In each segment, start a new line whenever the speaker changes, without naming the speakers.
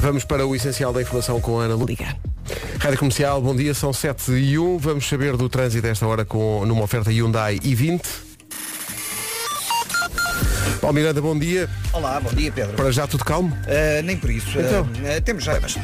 Vamos para o essencial da informação com a Ana Liga. Rádio Comercial, bom dia, são 7 e 1. Vamos saber do trânsito esta hora com, numa oferta Hyundai i20. Paulo Miranda, bom dia.
Olá, bom dia Pedro.
Para já tudo calmo?
Ah, nem por isso.
Então?
Ah, ah, temos já. Mas...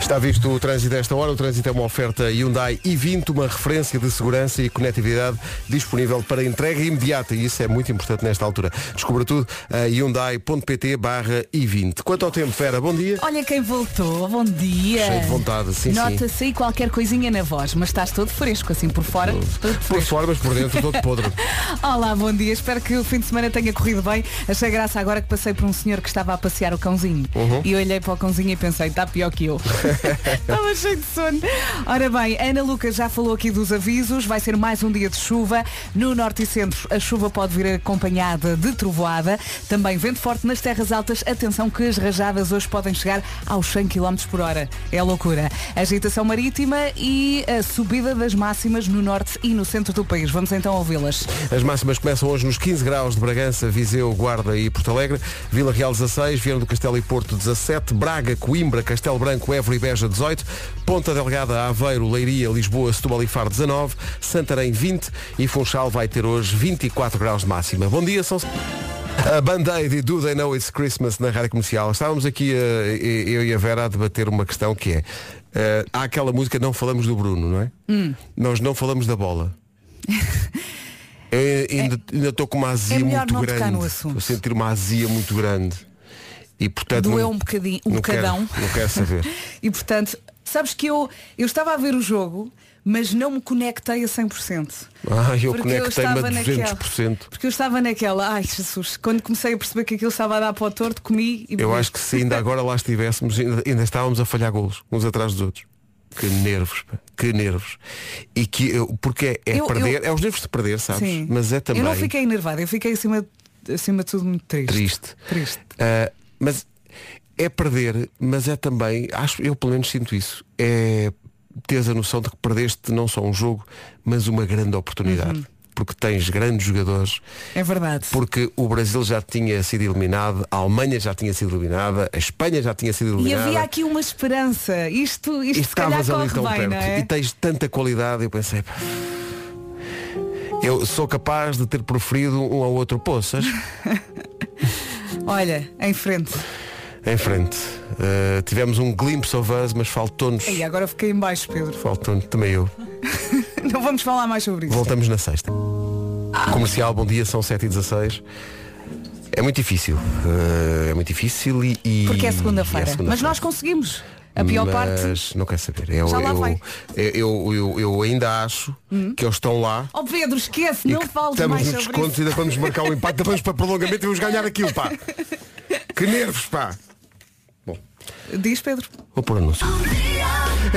Está visto o trânsito a esta hora. O trânsito é uma oferta Hyundai i20, uma referência de segurança e conectividade disponível para entrega imediata. E isso é muito importante nesta altura. Descubra tudo a hyundai.pt barra i20. Quanto ao tempo, Vera, bom dia.
Olha quem voltou, bom dia.
Cheio de vontade, sim, sim.
Nota-se aí qualquer coisinha na voz, mas estás todo fresco, assim por fora. Todo
Por
fresco.
formas, por dentro, todo podre.
Olá, bom dia. Espero que o fim de semana tenha corrido bem. Achei graça agora que passei por um senhor que estava a passear o cãozinho. E olhei para o cãozinho e pensei, está pior que eu. estava cheio de sono. Ora bem, Ana Lucas já falou aqui dos avisos. Vai ser mais um dia de chuva. No norte e centro, a chuva pode vir acompanhada de trovoada. Também vento forte nas terras altas. Atenção que as rajadas hoje podem chegar aos 100 km por hora. É loucura. Agitação marítima e a subida das máximas no norte e no centro do país. Vamos então ouvi-las.
As máximas começam hoje nos 15 graus de Bragança, Viseu, Guarda e Porto Alegre, Vila Real 16, Viana do Castelo e Porto 17, Braga, Coimbra, Castelo Branco, Évora e Beja 18, Ponta Delgada, Aveiro, Leiria, Lisboa, Setúbal e Faro 19, Santarém 20 e Funchal vai ter hoje 24 graus de máxima. Bom dia, são... A Band-Aid e Do They Know It's Christmas na Rádio Comercial. Estávamos aqui, eh, eu e a Vera, a debater uma questão que é eh, Há aquela música Não Falamos do Bruno, não é?
Hum.
Nós não falamos da bola. Eu ainda ainda estou com uma azia
é melhor
muito
não tocar
grande.
no assunto.
Estou a sentir uma azia muito grande. E portanto.
Doeu
não-
um bocadinho, um
não
bocadão.
Quero, não quero saber.
E portanto, sabes que eu, eu estava a ver o jogo, mas não me conectei a 100%.
Ah, eu
Porque eu
conectei-me a
estava naquela.
200%.
Porque eu estava naquela, ai Jesus, quando comecei a perceber que aquilo estava a dar para o torto, comi e
Eu
bebi.
acho que se ainda agora lá estivéssemos, ainda, ainda estávamos a falhar golos, uns atrás dos outros. Que nervos, pá, que nervos. E que, eu- porque é, é
Eu-
perder,
eu-
é os nervos de perder, sabes?
Sim.
Mas é também
Eu não fiquei enervada, eu fiquei acima, acima de tudo muito triste.
triste.
Triste.
Ah, mas é perder, mas é também, acho, eu pelo menos sinto isso, é teres a noção de que perdeste não só um jogo, mas uma grande oportunidade. Porque tens grandes jogadores,
Uhum. É verdade.
porque o Brasil já tinha sido eliminado, a Alemanha já tinha sido eliminada, a Espanha já tinha sido
E
eliminada.
havia aqui uma esperança. Isto,
E
isto se calhar
estavas ali
corre
tão
bem,
perto
não é?
e tens tanta qualidade, eu pensei, pá, eu sou capaz de ter preferido um ao outro poças
Olha, em frente.
em frente. Uh, tivemos um glimpse of us, mas faltou-nos.
E agora fiquei em baixo, Pedro.
Faltou-nos também eu.
Não vamos falar mais sobre isso.
Voltamos na sexta. Comercial, bom dia, são 7h16. É muito difícil. uh, é muito difícil e. e-
Porque é
e
segunda-feira.
é
Mas
segunda-feira.
nós conseguimos. A pior
Mas
parte,
não quer saber. É Eu,
Já lá
eu,
vai.
eu, é- eu- eu- eu ainda acho que eles estão lá.
Oh Pedro, esquece,
e
não
que
fales
estamos
mais
no
sobre
desconto
isso.
e ainda vamos marcar o impacto, ainda vamos para prolongamento e vamos ganhar aquilo, pá. Que nervos, pá. Bom,
Diz Pedro.
vou pôr anúncio.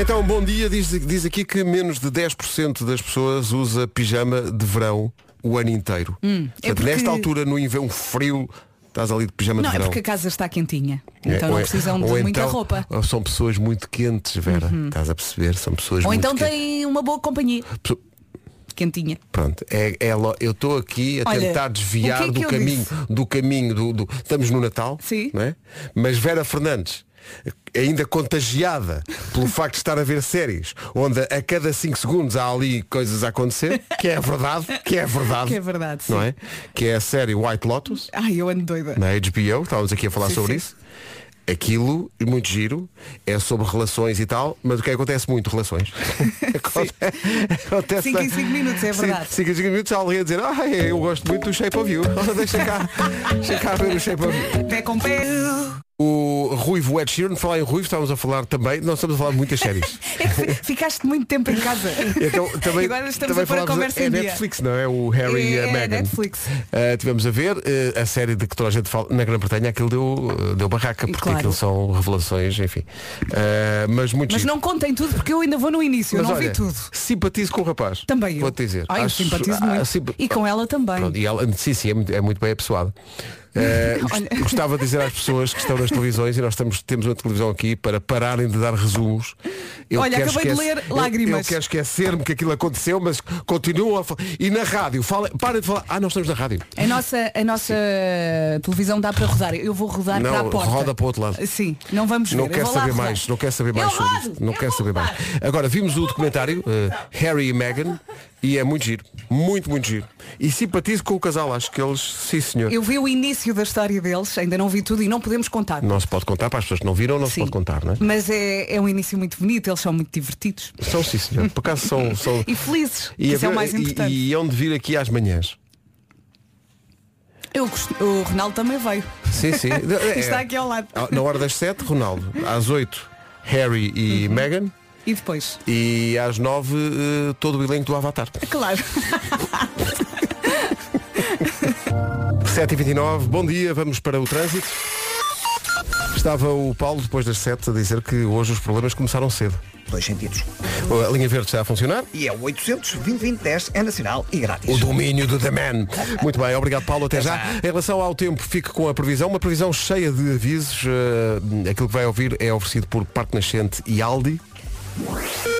Então, bom dia. Diz, diz aqui que menos de 10% das pessoas usa pijama de verão o ano inteiro.
é
Portanto,
porque-
nesta altura, no inverno um frio, estás ali de pijama
Não,
de
é
verão.
porque a casa está quentinha.
É,
Então
ou
não
é-
precisam de
ou
muita
então-
roupa. Uhum.
ou São pessoas muito quentes, Vera. Estás a perceber? São pessoas
Ou
muito
então
quentes.
têm uma boa companhia.
Pesso-
Quentinha.
Pronto, é, é lo- eu estou aqui a
Olha,
tentar
o que é
desviar
que
do,
eu
caminho,
disse?
do caminho do do- Estamos no Natal,
Sim.
não é? mas Vera Fernandes, ainda contagiada pelo facto de estar a ver séries, onde a cada 5 segundos há ali coisas a acontecer, que é verdade, que é verdade.
Que é verdade, sim.
Não é? Que é a série White Lotus,
Ai, eu ando doida.
na HBO, estávamos aqui a falar
Sim,
sobre
sim.
isso. Aquilo, muito giro, é sobre relações e tal, mas o que é que acontece muito? Relações. Aconte- acontece
Cinco em cinco minutos, é
Sim,
verdade.
Cinco em cinco minutos há alguém a dizer, ah, eu gosto muito do Shape of You. Ora, deixa cá, deixa cá ver o Shape of You.
Pé com pé.
O Ruivo Ed Sheeran, falar em Ruivo, estávamos a falar também, nós estamos a falar de muitas séries.
É que fi- ficaste muito tempo em casa.
Então, também,
Agora estamos
também
a pôr a
falámos-
conversa
é
em dia.
Netflix, não é? O Harry e
É
a Meghan.
Netflix.
Uh, tivemos a ver uh, a série de que toda a gente fala na Grã-Bretanha, aquilo deu, uh, deu barraca, porque
claro.
aquilo são revelações, enfim. Uh, mas muito
Mas
giro.
não contem tudo porque eu ainda vou no início, eu
Mas
não
olha,
vi tudo.
Simpatizo com o rapaz.
Também eu.
Vou-te dizer. ah,
Ai, eu simpatizo muito.
simpa-
E com ela também.
Pronto, e ela, sim, sim, é muito, é muito bem apessoada. Eh, gost-
Olha.
Gostava de dizer às pessoas que estão nas televisões e nós estamos, temos uma televisão aqui para pararem de dar resumos. Eu
Olha,
quero
acabei de ler
eu- Eu,
lágrimas.
quero esquecer-me que aquilo aconteceu, mas continuam a falar. E na rádio, fala, parem de falar. Ah, nós estamos na rádio.
A nossa, a nossa televisão dá para rodar. Eu vou rodar
Não,
para a porta.
roda para o outro lado.
Sim, não vamos ver.
Não
Eu
quer
vou lá
saber
rodar.
mais, não quer saber
Eu
mais sobre
rodo,
isto. Não
eu
quer
vou
saber mais.
rodar.
Agora, vimos o documentário eh, Harry e Meghan e é muito giro. Muito, muito giro. E simpatizo com o casal, acho que eles, sim senhor.
Eu vi o início da história deles, ainda não vi tudo e não podemos contar.
Não se pode contar, para as pessoas que não viram, não se
Sim.
pode contar, não é?
Mas é, é um início muito bonito, eles são muito divertidos
São sim senhor. Por acaso são. são...
e felizes. isso é o
haver-
mais
e-
importante.
E, onde vir aqui às manhãs.
Eu gost- o Ronaldo também veio.
Sim, sim. É-
Está aqui ao lado.
Na hora das 7, Ronaldo. Às 8, Harry e
Uhum.
Meghan.
E depois? É
E às 9, eh, todo o elenco do Avatar.
Claro.
7h29, bom dia, vamos para o trânsito. Estava o Paulo, depois das 7, a dizer que hoje os problemas começaram cedo.
Dois sentidos.
A linha verde está a funcionar.
E é o 800 2010 é nacional e grátis.
O domínio do The Man. Muito bem, obrigado Paulo, até já. Em relação ao tempo, fique com a previsão, uma previsão cheia de avisos. eh, aquilo que vai ouvir é oferecido por Parque Nascente e Aldi.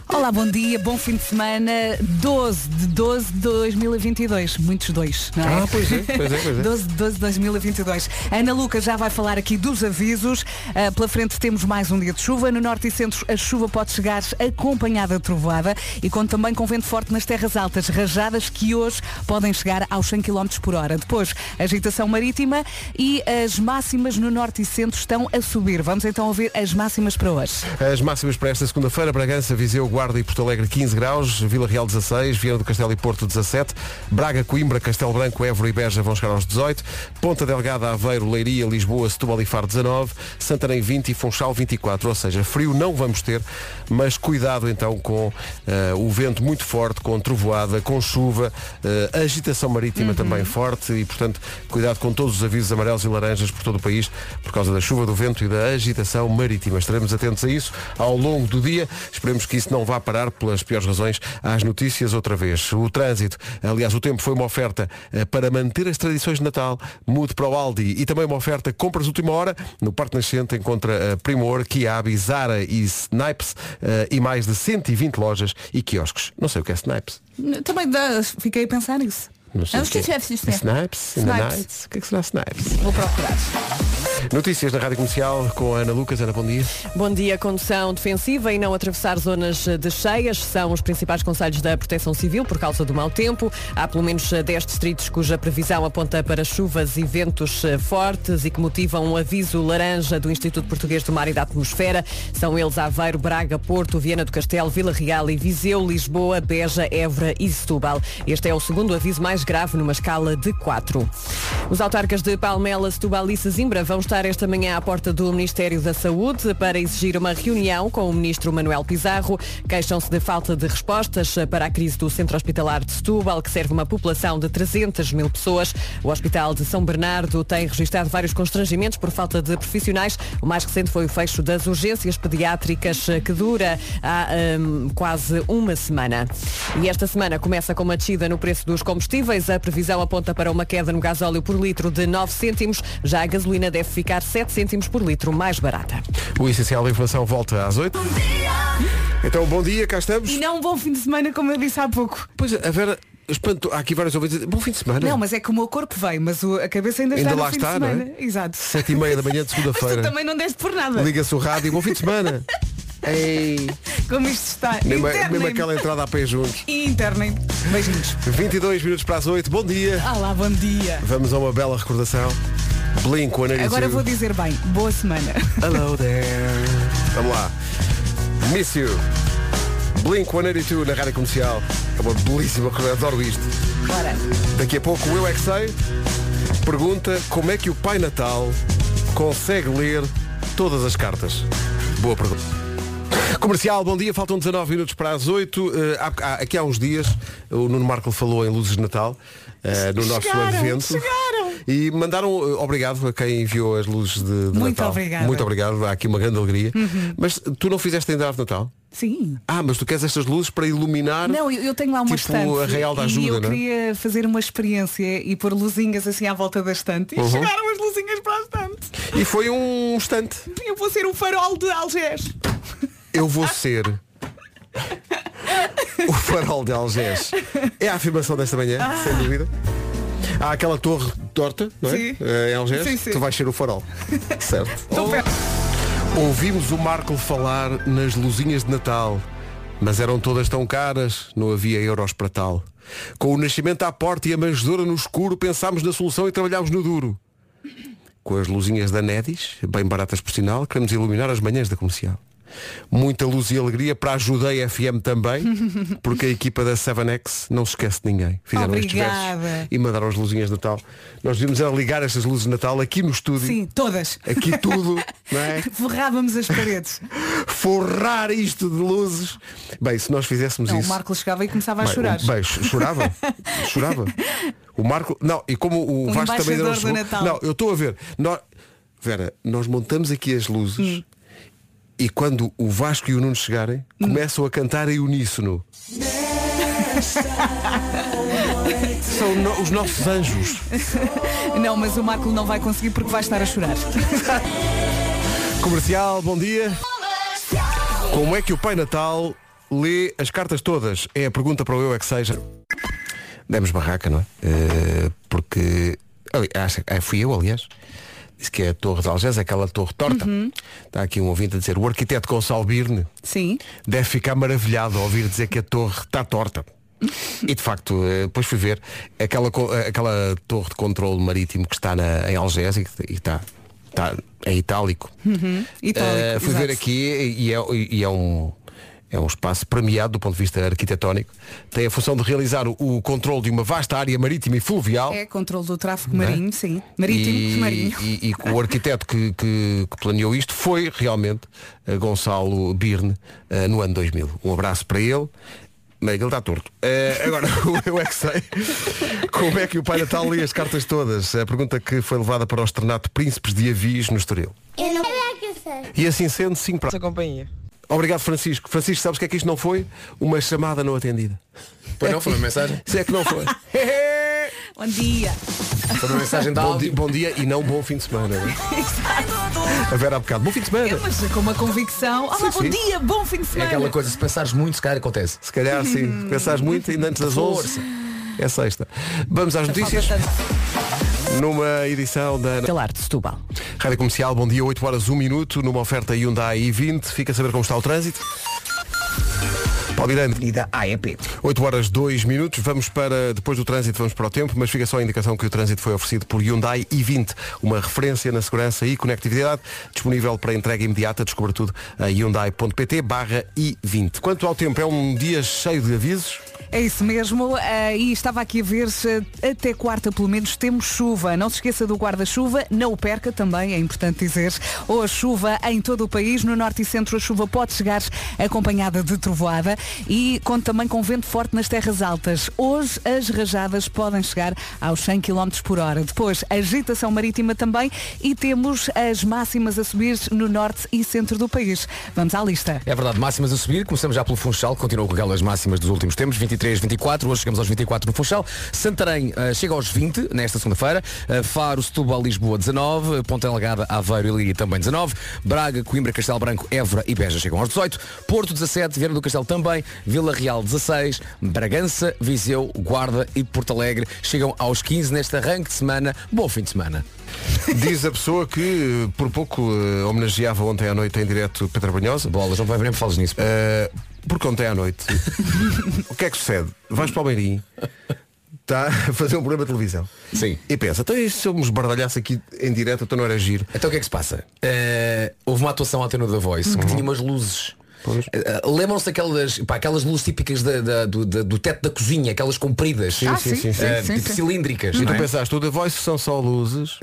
Olá, bom dia, bom fim de semana. 12 de 12 de 2022. Muitos dois, não é?
Ah, pois é, pois é, pois é.
12 de 12 de 2022. A Ana Lucas já vai falar aqui dos avisos. Ah, pela frente temos mais um dia de chuva. No norte e centro a chuva pode chegar acompanhada de trovoada e conta também com vento forte nas terras altas, rajadas que hoje podem chegar aos 100 km por hora. Depois, agitação marítima e as máximas no norte e centro estão a subir. Vamos então ouvir as máximas para hoje.
As máximas para esta segunda-feira, Bragança, Viseu, Guarda e Porto Alegre 15 graus, Vila Real 16, Viana do Castelo e Porto 17, Braga, Coimbra, Castelo Branco, Évora e Beja vão chegar aos 18, Ponta Delgada, Aveiro, Leiria, Lisboa, Setúbal e Faro 19, Santarém 20 e Funchal 24, ou seja, frio não vamos ter, mas cuidado então com eh, o vento muito forte, com trovoada, com chuva, eh, agitação marítima também forte e, portanto, cuidado com todos os avisos amarelos e laranjas por todo o país por causa da chuva, do vento e da agitação marítima. Estaremos atentos a isso ao longo do dia. Esperemos que isso não vá parar, pelas piores razões, às notícias outra vez. O trânsito, aliás, o tempo foi uma oferta eh, para manter as tradições de Natal. Mude para o Aldi e também uma oferta compras de última hora. No Parque Nascente encontra eh, Primor, Kiabi, Zara e Snipes eh, e mais de 120 lojas e quiosques. Não sei o que é Snipes.
Também dá, fiquei a pensar nisso.
Não sei
Ah,
o que é.
esqueci, esqueci.
Snipes? In the
Snipes.
Nights? O que é que será Snipes?
Vou procurar.
Notícias na Rádio Comercial com a Ana Lucas. Ana, bom dia.
Bom dia, condução defensiva e não atravessar zonas de cheias são os principais conselhos da Proteção Civil por causa do mau tempo. Há pelo menos 10 distritos cuja previsão aponta para chuvas e ventos eh, fortes e que motivam um aviso laranja do Instituto Português do Mar e da Atmosfera. São eles Aveiro, Braga, Porto, Viana do Castelo, Vila Real e Viseu, Lisboa, Beja, Évora e Setúbal. Este é o segundo aviso mais grave numa escala de 4. Os autarcas de Palmela, Setúbal e Sesimbra vão estar esta manhã à porta do Ministério da Saúde para exigir uma reunião com o ministro Manuel Pizarro. Queixam-se da falta de respostas para a crise do centro hospitalar de Setúbal, que serve uma população de 300 mil pessoas. O hospital de São Bernardo tem registrado vários constrangimentos por falta de profissionais. O mais recente foi o fecho das urgências pediátricas eh, que dura há hum, quase uma semana. E esta semana começa com uma descida no preço dos combustíveis. A previsão aponta para uma queda no gasóleo por litro de 9 cêntimos. Já a gasolina deve ficar 7 cêntimos por litro mais barata.
O Essencial da Informação volta às 8. Então, bom dia, cá estamos.
E não um bom fim de semana, como eu disse há pouco.
Pois, a Vera espantou. Há aqui vários ouvintes. a dizer, Bom fim de semana.
Não, mas é que o meu corpo veio, mas o- a cabeça ainda,
Ainda
está no
lá
fim
está,
de
não é?
semana. Exato.
Sete e meia da manhã de
Mas tu
segunda-feira.
também não deste por nada.
Liga-se o rádio. Bom fim de semana. Ei.
Como isto está.
Mesmo, mesmo
Internem.
aquela entrada a pé juntos.
E internem. Beijinhos.
22 minutos para as 8. Bom dia.
Olá, bom dia.
Vamos a uma bela recordação. Blink, o nariz.
Agora vou dizer bem, boa semana.
Hello there. Vamos lá. Miss you. Blink 182 na rádio comercial. É uma belíssima coisa, adoro isto.
Bora.
Daqui a pouco o Eu É Que Sei pergunta como é que o Pai Natal consegue ler todas as cartas. Boa pergunta. Comercial, bom dia, faltam 19 minutos para as 8. Eh, há- há- aqui há uns dias o Nuno Marco falou em Luzes de Natal eh, no nosso
Chegaram,
advento.
chegaram.
E mandaram eh, obrigado a quem enviou as luzes de, de
Muito
Natal.
obrigada. Uhum.
Muito obrigado, há aqui uma grande alegria. Mas tu não fizeste ainda árvore de Natal?
Sim.
Ah, mas tu queres estas luzes para iluminar.
Não, eu, eu tenho lá uma
tipo
estante.
a Real da
e
Ajuda,
eu
não é?
queria fazer uma experiência e pôr luzinhas assim à volta da estante. E
Uhum.
chegaram as luzinhas para a estante.
E foi um instante.
Eu vou ser o farol de Algés.
Eu vou ser. o farol de Algés. É a afirmação desta manhã,
Ah.
sem dúvida. Há aquela torre torta, não é?
Sim.
Eh, Em Algés.
Sim, Então, sim.
Tu vais ser o farol. certo. Oh,
Estou perto.
Ouvimos o Marco falar nas luzinhas de Natal, mas eram todas tão caras, não havia euros para tal. Com o nascimento à porta e a manjedoura no escuro, pensámos na solução e trabalhámos no duro. Com as luzinhas da Nedis, bem baratas por sinal, queremos iluminar as manhãs da comercial. Muita luz e alegria para a Judeia FM também, porque a equipa da 7X não se esquece de ninguém. Fizeram estes
Obrigada.
versos e mandaram as luzinhas de Natal. Nós devíamos era ligar estas luzes de Natal aqui no estúdio.
Sim, todas.
Aqui tudo, não é?
Forrávamos as paredes.
forrar isto de luzes. Bem, se nós fizéssemos
Não, o
isso.
Marco chegava e começava a
Bem,
chorar.
o- Bem, ch- chorava. chorava. O Marco. Não, e como o
Um
Vasco também ainda não
embaixador do
chegou.
Natal.
Não, eu estou a ver. Nós... Vera, nós montamos aqui as luzes
Hum.
e quando o Vasco e o Nuno chegarem,
Hum.
começam a cantar em uníssono. São no- os nossos anjos.
Não, mas o Marco não vai conseguir porque vai estar a chorar.
Comercial, bom dia. Como é que o Pai Natal lê as cartas todas? É a pergunta para o Eu É Que Seja. Demos barraca, não é? Eh, porque. ali- acho- ah, fui eu, aliás. Disse que é a Torre de Algés, aquela torre torta. Está aqui um ouvinte a dizer, o arquiteto Gonçalo Birne
Sim.
deve ficar maravilhado ao ouvir dizer que a torre está torta. E de facto, eh, depois fui ver aquela, co- eh, aquela torre de controle marítimo que está na, em Algés e que- e está, está em itálico.
Itálico,
Eh, fui ver
exato.
aqui e é, e é um. É um espaço premiado do ponto de vista arquitetónico. Tem a função de realizar o, o controle de uma vasta área marítima e fluvial.
É controle do tráfego marinho, sim. Marítimo,
E-
marinho.
E, e o arquiteto que, que- que planeou isto foi realmente eh, Gonçalo Birne eh, no ano 2000. Um abraço para ele. Mas ele está torto. Eh, agora, o eu é que sei. Como é que o Pai Natal lê as cartas todas? A pergunta que foi levada para o externato Príncipes de Avis no Estoril.
Eu não é que eu sei.
E assim sendo, sim para.
companhia.
Obrigado, Francisco. Francisco, sabes o que é que isto não foi? Uma chamada não atendida.
Pois não, foi uma mensagem.
Se é que não foi.
Bom dia.
Foi uma mensagem de
bom,
áudio.
di- bom dia e não bom fim de semana. A Vera há bocado. Bom fim de semana.
É, mas com uma convicção. Olá,
Sim,
bom
sim.
dia, bom fim de
É
semana.
aquela coisa, se pensares muito, se calhar acontece.
Se calhar sim, pensares muito ainda antes das 11
Força.
É sexta Vamos às notícias Numa edição da
Calar de Setúbal.
Rádio Comercial Bom dia, 8 horas 1 minuto Numa oferta Hyundai i20 Fica a saber como está o trânsito Paulo Miranda,
Avenida AEP.
8 horas 2 minutos, vamos para, depois do trânsito vamos para o tempo, mas fica só a indicação que o trânsito foi oferecido por Hyundai i20, uma referência na segurança e conectividade, disponível para entrega imediata, descubra tudo a hyundai.pt barra i20. Quanto ao tempo, é um dia cheio de avisos.
É isso mesmo, eh, e estava aqui a ver se até quarta pelo menos temos chuva. Não se esqueça do guarda-chuva, não o perca também, é importante dizer. Hoje chuva em todo o país, no norte e centro a chuva pode chegar acompanhada de trovoada e conta também com vento forte nas terras altas. Hoje as rajadas podem chegar aos 100 km por hora. Depois agitação marítima também e temos as máximas a subir no norte e centro do país. Vamos à lista.
É verdade, máximas a subir. Começamos já pelo Funchal, que continua com aquelas máximas dos últimos tempos, 23, 24. Hoje chegamos aos 24 no Funchal. Santarém eh, chega aos 20 nesta segunda-feira. Eh, Faro, Setúbal, Lisboa, 19. Ponta Delgada, Aveiro e Leiria também 19. Braga, Coimbra, Castelo Branco, Évora e Beja chegam aos 18. Porto, 17. Viana do Castelo também. Vila Real, 16. Bragança, Viseu, Guarda e Porto Alegre chegam aos 15 neste arranque de semana. Bom fim de semana.
Diz a pessoa que eh, por pouco eh, homenageava ontem à noite em direto Pedra Banhosa.
Bolas, não vai ver nem falas nisso.
Eh, porque ontem à noite, o que é que sucede? Vais para o Beirinho, está a fazer um programa de televisão.
Sim.
E pensa, então e se eu me esbardalhasse aqui em direto, então não era giro.
Então o que é que se passa? Eh, houve uma atuação ontem no The Voice
Uhum.
que tinha umas luzes.
Pois.
Eh, eh, Lembram-se daquelas, pá, aquelas luzes típicas da- da- do, da- do teto da cozinha, aquelas compridas,
Ah, sim, sim, sim,
Eh,
sim,
tipo
sim. Uhum.
cilíndricas.
E
não
tu
é?
pensaste, o The Voice são só luzes.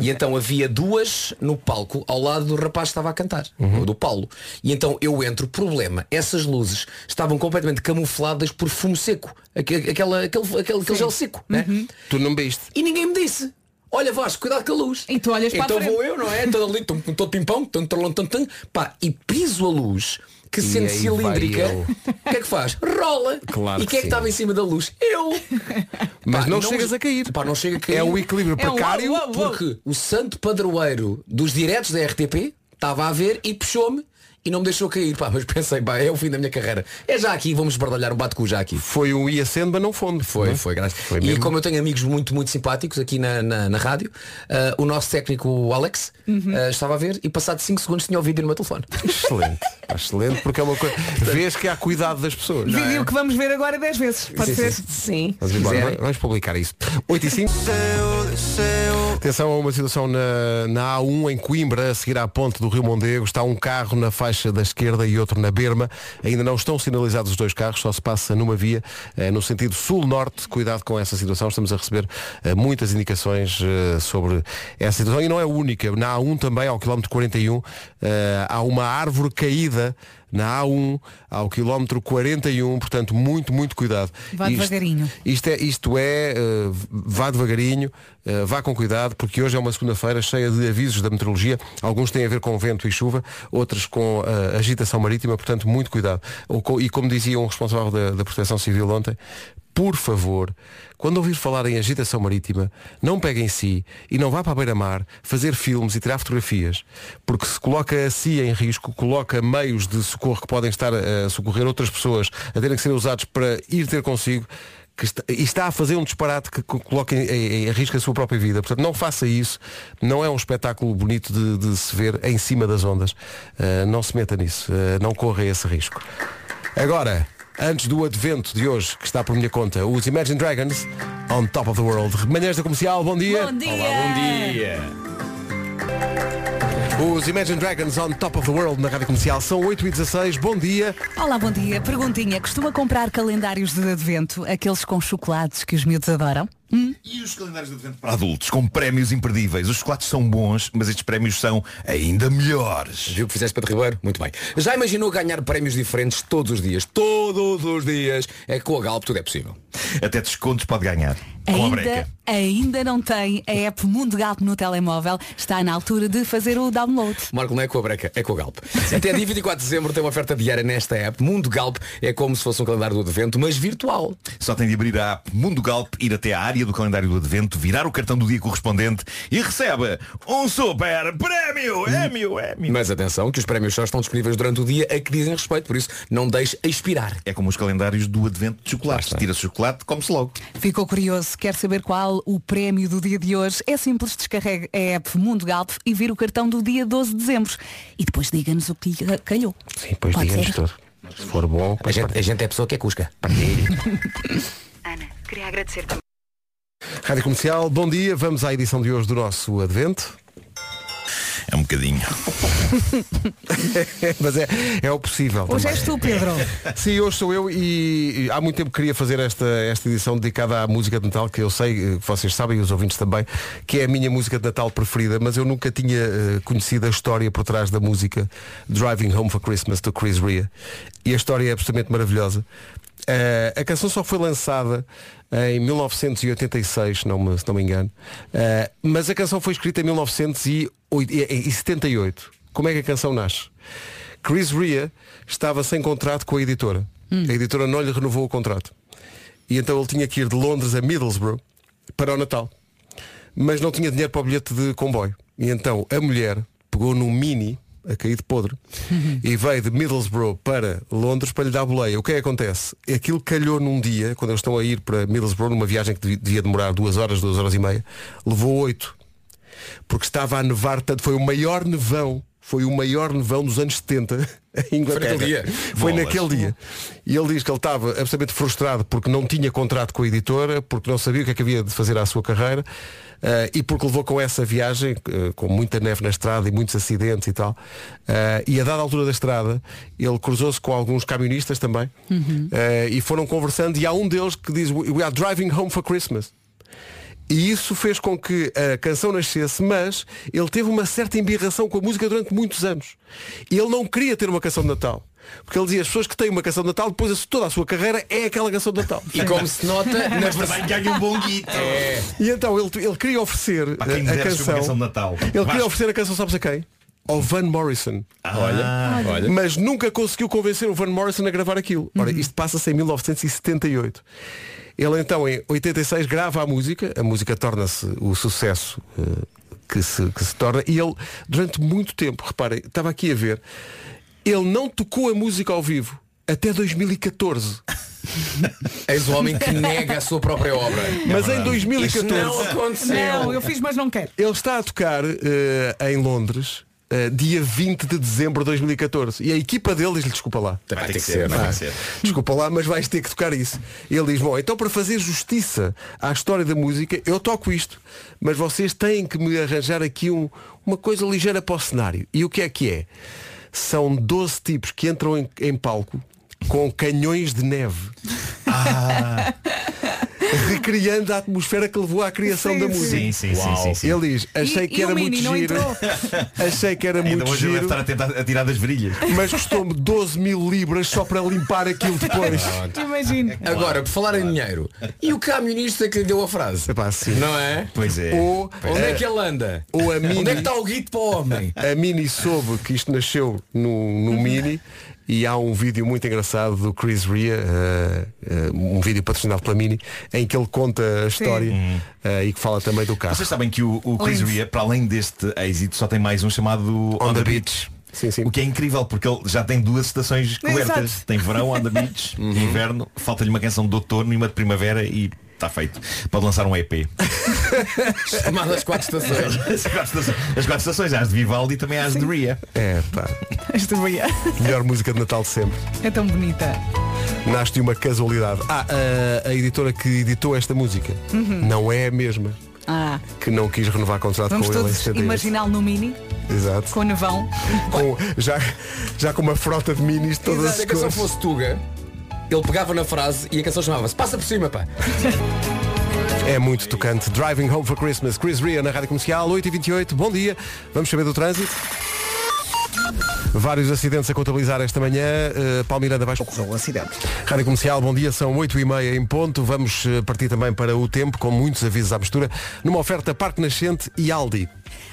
E então havia duas no palco ao lado do rapaz que estava a cantar,
Uhum.
ou do Paulo. E então eu entro, problema, essas luzes estavam completamente camufladas por
Uhum.
fumo seco, aque- aquela, aquele, aquele, aquele gel seco. né?
Tu não viste.
E ninguém me disse. olha Vasco, cuidado com a luz.
E tu olhas para a
então
frente.
vou eu, não é? Todo ali, tum, todo pimpão, tum, trolom, tum, tum. pá, e piso a luz que sendo
aí
cilíndrica,
vai eu.
o que é que faz? Rola!
Claro
e
que
quem é
sim.
que estava em cima da luz? Eu!
Mas não chegas a cair.
Pá, não chega a cair.
É um equilíbrio
É um
precário.
uau, uau, uau.
Porque o santo padroeiro dos diretos da RTP estava a ver e puxou-me e não me deixou cair. Pá, mas pensei, pá, é o fim da minha carreira. É já aqui, vamos bardalhar um bate-cu já aqui.
Foi um ia sendo, mas não fundo.
Foi, é? foi, graças. e
mesmo.
como eu tenho amigos muito, muito simpáticos aqui na, na, na rádio, ah, o nosso técnico o Alex ah, estava a ver e passado 5 segundos tinha o vídeo no meu telefone.
Excelente. Pá, Excelente, porque é uma coisa. Vês que há cuidado das pessoas.
Vídeo que vamos ver agora 10 vezes. Pode ser? é? Sim.
Vamos, embora, vai- vamos publicar isso. 8 e 5. Atenção a uma situação na, na A1 em Coimbra, a seguir à ponte do Rio Mondego. Está um carro na faixa da esquerda e outro na berma. Ainda não estão sinalizados os dois carros, só se passa numa via eh, no sentido sul-norte. Cuidado com essa situação. Estamos a receber eh, muitas indicações eh, sobre essa situação. E não é a única. Na A1 também, ao quilómetro 41, eh, há uma árvore caída na A1 ao quilómetro 41, portanto muito, muito cuidado.
Vá
Isto-
devagarinho.
isto é, isto é eh, vá devagarinho, eh, vá com cuidado, porque hoje é uma segunda-feira cheia de avisos da meteorologia. Alguns têm a ver com vento e chuva, outros com eh, agitação marítima, portanto, muito cuidado. O co- E como dizia um responsável da, da Proteção Civil ontem, por favor, quando ouvir falar em agitação marítima, não pegue em si e não vá para a beira-mar fazer filmes e tirar fotografias, porque se coloca a si em risco, coloca meios de socorro que podem estar a a socorrer outras pessoas, a terem que ser usados para ir ter consigo, que está, e está a fazer um disparate que co- coloca em, em- em risco a sua própria vida. Portanto, não faça isso. Não é um espetáculo bonito de, de se ver em cima das ondas. Ah, não se meta nisso. Ah, não corra esse risco. Agora, antes do advento de hoje, que está por minha conta, os Imagine Dragons on top of the world. Manhãs da comercial, bom dia.
Bom dia.
Os Imagine Dragons on top of the world na rádio comercial são 8h16. Bom dia.
Olá, bom dia. Perguntinha, costuma comprar calendários de advento, aqueles com chocolates que os miúdos adoram?
E os calendários de advento para adultos, com prémios imperdíveis. Os chocolates são bons, mas estes prémios são ainda melhores.
Viu o que fizeste para Ribeiro? Muito bem. Já imaginou ganhar prémios diferentes todos os dias? Todos os dias. É que com a Galp tudo é possível.
Até descontos pode ganhar. Com a
Ainda,
breca.
ainda não tem a app Mundo Galp no telemóvel. Está na altura de fazer o download.
Marco, não é com a breca, é com a Galp. Até dia 24 de dezembro tem uma oferta diária nesta app. Mundo Galp é como se fosse um calendário do advento, mas virtual.
Só tem de abrir a app Mundo Galp, ir até à área do calendário do advento, virar o cartão do dia correspondente e recebe um super prémio! É meu, é meu.
Mas atenção, que os prémios só estão disponíveis durante o dia a que dizem respeito, por isso não deixe expirar.
É como os calendários do advento de chocolates. Tira chocolate, come-se logo.
Ficou curioso? Quer saber qual o prémio do dia de hoje? É simples, descarregue a app Mundo Galp e vira o cartão do dia 12 de dezembro. E depois diga-nos o que lhe calhou.
Sim, pois
Pode
digamos
ser?
tudo. Se for bom,
A gente, a gente é pessoa que é cusca.
Ana, queria agradecer também.
Rádio Comercial, bom dia. Vamos à edição de hoje do nosso Advento.
É um bocadinho.
Mas é, é o possível.
Hoje
também.
és tu, Pedro.
Sim, hoje sou eu e, e há muito tempo queria fazer esta, esta edição dedicada à música de Natal, que eu sei, eh, que vocês sabem e os ouvintes também, que é a minha música de Natal preferida, mas eu nunca tinha eh, conhecido a história por trás da música Driving Home for Christmas do Chris Rea. E a história é absolutamente maravilhosa. Eh, a canção só foi lançada eh, em 1986, se não me, se não me engano, Eh, mas a canção foi escrita em eh, 1978. Como é que a canção nasce? Chris Rea estava sem contrato com a editora. A editora não lhe renovou o contrato. E então ele tinha que ir de Londres a Middlesbrough para o Natal. Mas não tinha dinheiro para o bilhete de comboio. E então a mulher pegou num mini, a cair de podre, e veio de Middlesbrough para Londres para lhe dar boleia. O que é que acontece? Aquilo calhou num dia, quando eles estão a ir para Middlesbrough, numa viagem que devia- devia demorar duas horas, duas horas e meia, levou oito porque estava a nevar tanto, foi o maior nevão, foi o maior nevão dos anos 70 em Inglaterra.
naquele dia.
Foi
Bolas.
naquele dia. E ele diz que ele estava absolutamente frustrado porque não tinha contrato com a editora, porque não sabia o que é que havia de fazer à sua carreira eh, e porque levou com essa viagem, eh, com muita neve na estrada e muitos acidentes e tal. eh, e a dada altura da estrada, ele cruzou-se com alguns camionistas também eh, e foram conversando e há um deles que diz We are driving home for Christmas. E isso fez com que a canção nascesse, mas ele teve uma certa embirração com a música durante muitos anos. E ele não queria ter uma canção de Natal. Porque ele dizia, as pessoas que têm uma canção de Natal, depois a su- toda a sua carreira é aquela canção de Natal.
E como se nota, na
Mas também ganha um bom guito. É.
E então ele, ele queria oferecer
Pá, quem me
eh, a
dera ser uma
canção.
canção de Natal.
Ele queria
Vasco.
oferecer a canção, sabes a quem? Ao Van Morrison.
Ah,
Olha, olha.
Mas nunca conseguiu convencer o Van Morrison a gravar aquilo. Ora, isto passa-se em 1978. Ele então, em 86, grava a música, a música torna-se o sucesso eh, que, se, que se torna, e ele, durante muito tempo, reparem, estava aqui a ver, ele não tocou a música ao vivo até 2014.
És o homem que nega a sua própria obra.
Mas em 2014.
Não, eu fiz, mas não quero.
Ele está a tocar eh, em Londres eh, dia 20 de dezembro de 2014 e a equipa dele diz-lhe desculpa lá
Vai ter que ser, não
vai ter
é?
que ser.
desculpa lá mas vais ter que tocar isso ele diz bom então para fazer justiça à história da música eu toco isto mas vocês têm que me arranjar aqui um- uma coisa ligeira para o cenário e o que é que é são 12 tipos que entram em, em palco com canhões de neve
Ah.
recriando a atmosfera que levou à criação
Sim,
da
sim.
música
Sim, sim, sim, sim, sim.
ele diz, achei
E-
que
e
era
o
muito
Mini não
giro.
entrou?
achei que era
Ainda
muito
hoje ele deve
giro.
estar a tentar a tirar das virilhas.
Mas custou-me 12 mil libras só para limpar aquilo depois.
Imagino.
Agora, por falar em dinheiro, e o camionista que lhe deu a frase?
Epá, sim.
Não é?
Pois é.
Ou,
Onde é que ele anda?
ou a
Onde é que
Mini,
está o guito para o homem?
a Mini soube que isto nasceu no, no Mini e há um vídeo muito engraçado do Chris Ria, um vídeo patrocinado pela Mini, em que ele conta a história eh, e que fala também do carro.
Vocês sabem que o, o Chris
Lindo.
Ria, para além deste êxito, só tem mais um chamado On, the, Beach.
Sim, sim.
O que é incrível porque ele já tem duas estações cobertas.
Exato.
Tem verão, on the beach,
Uhum.
inverno, falta-lhe uma canção de outono e uma de primavera e está feito. Pode lançar um EP.
Chamadas quatro estações.
As quatro estações, as quatro estações, há as de Vivaldi e também há as de Ria.
É, pá,
Esta Maria
melhor música de Natal de sempre.
É tão bonita.
Nasce de uma casualidade. Ah, a, a editora que editou esta música não é a mesma
Ah,
que não quis renovar contrato
vamos
com ele em
todos
78.
imaginá-lo no mini,
Exato.
com o nevão.
Com- já, já com uma frota de minis de todas as
Exato, é a canção
cores.
fosse Tuga, ele pegava na frase e a canção chamava-se Passa por cima, pá.
É muito tocante. Driving Home for Christmas, Chris Ria na Rádio Comercial, 8h28, bom dia. Vamos saber do trânsito. Vários acidentes a contabilizar esta manhã. Uh, Palmeiranda vai
Ocorreu um acidente.
Rádio Comercial, bom dia, são 8h30 em ponto. Vamos eh, partir também para o tempo, com muitos avisos à mistura, numa oferta Parque Nascente e Aldi.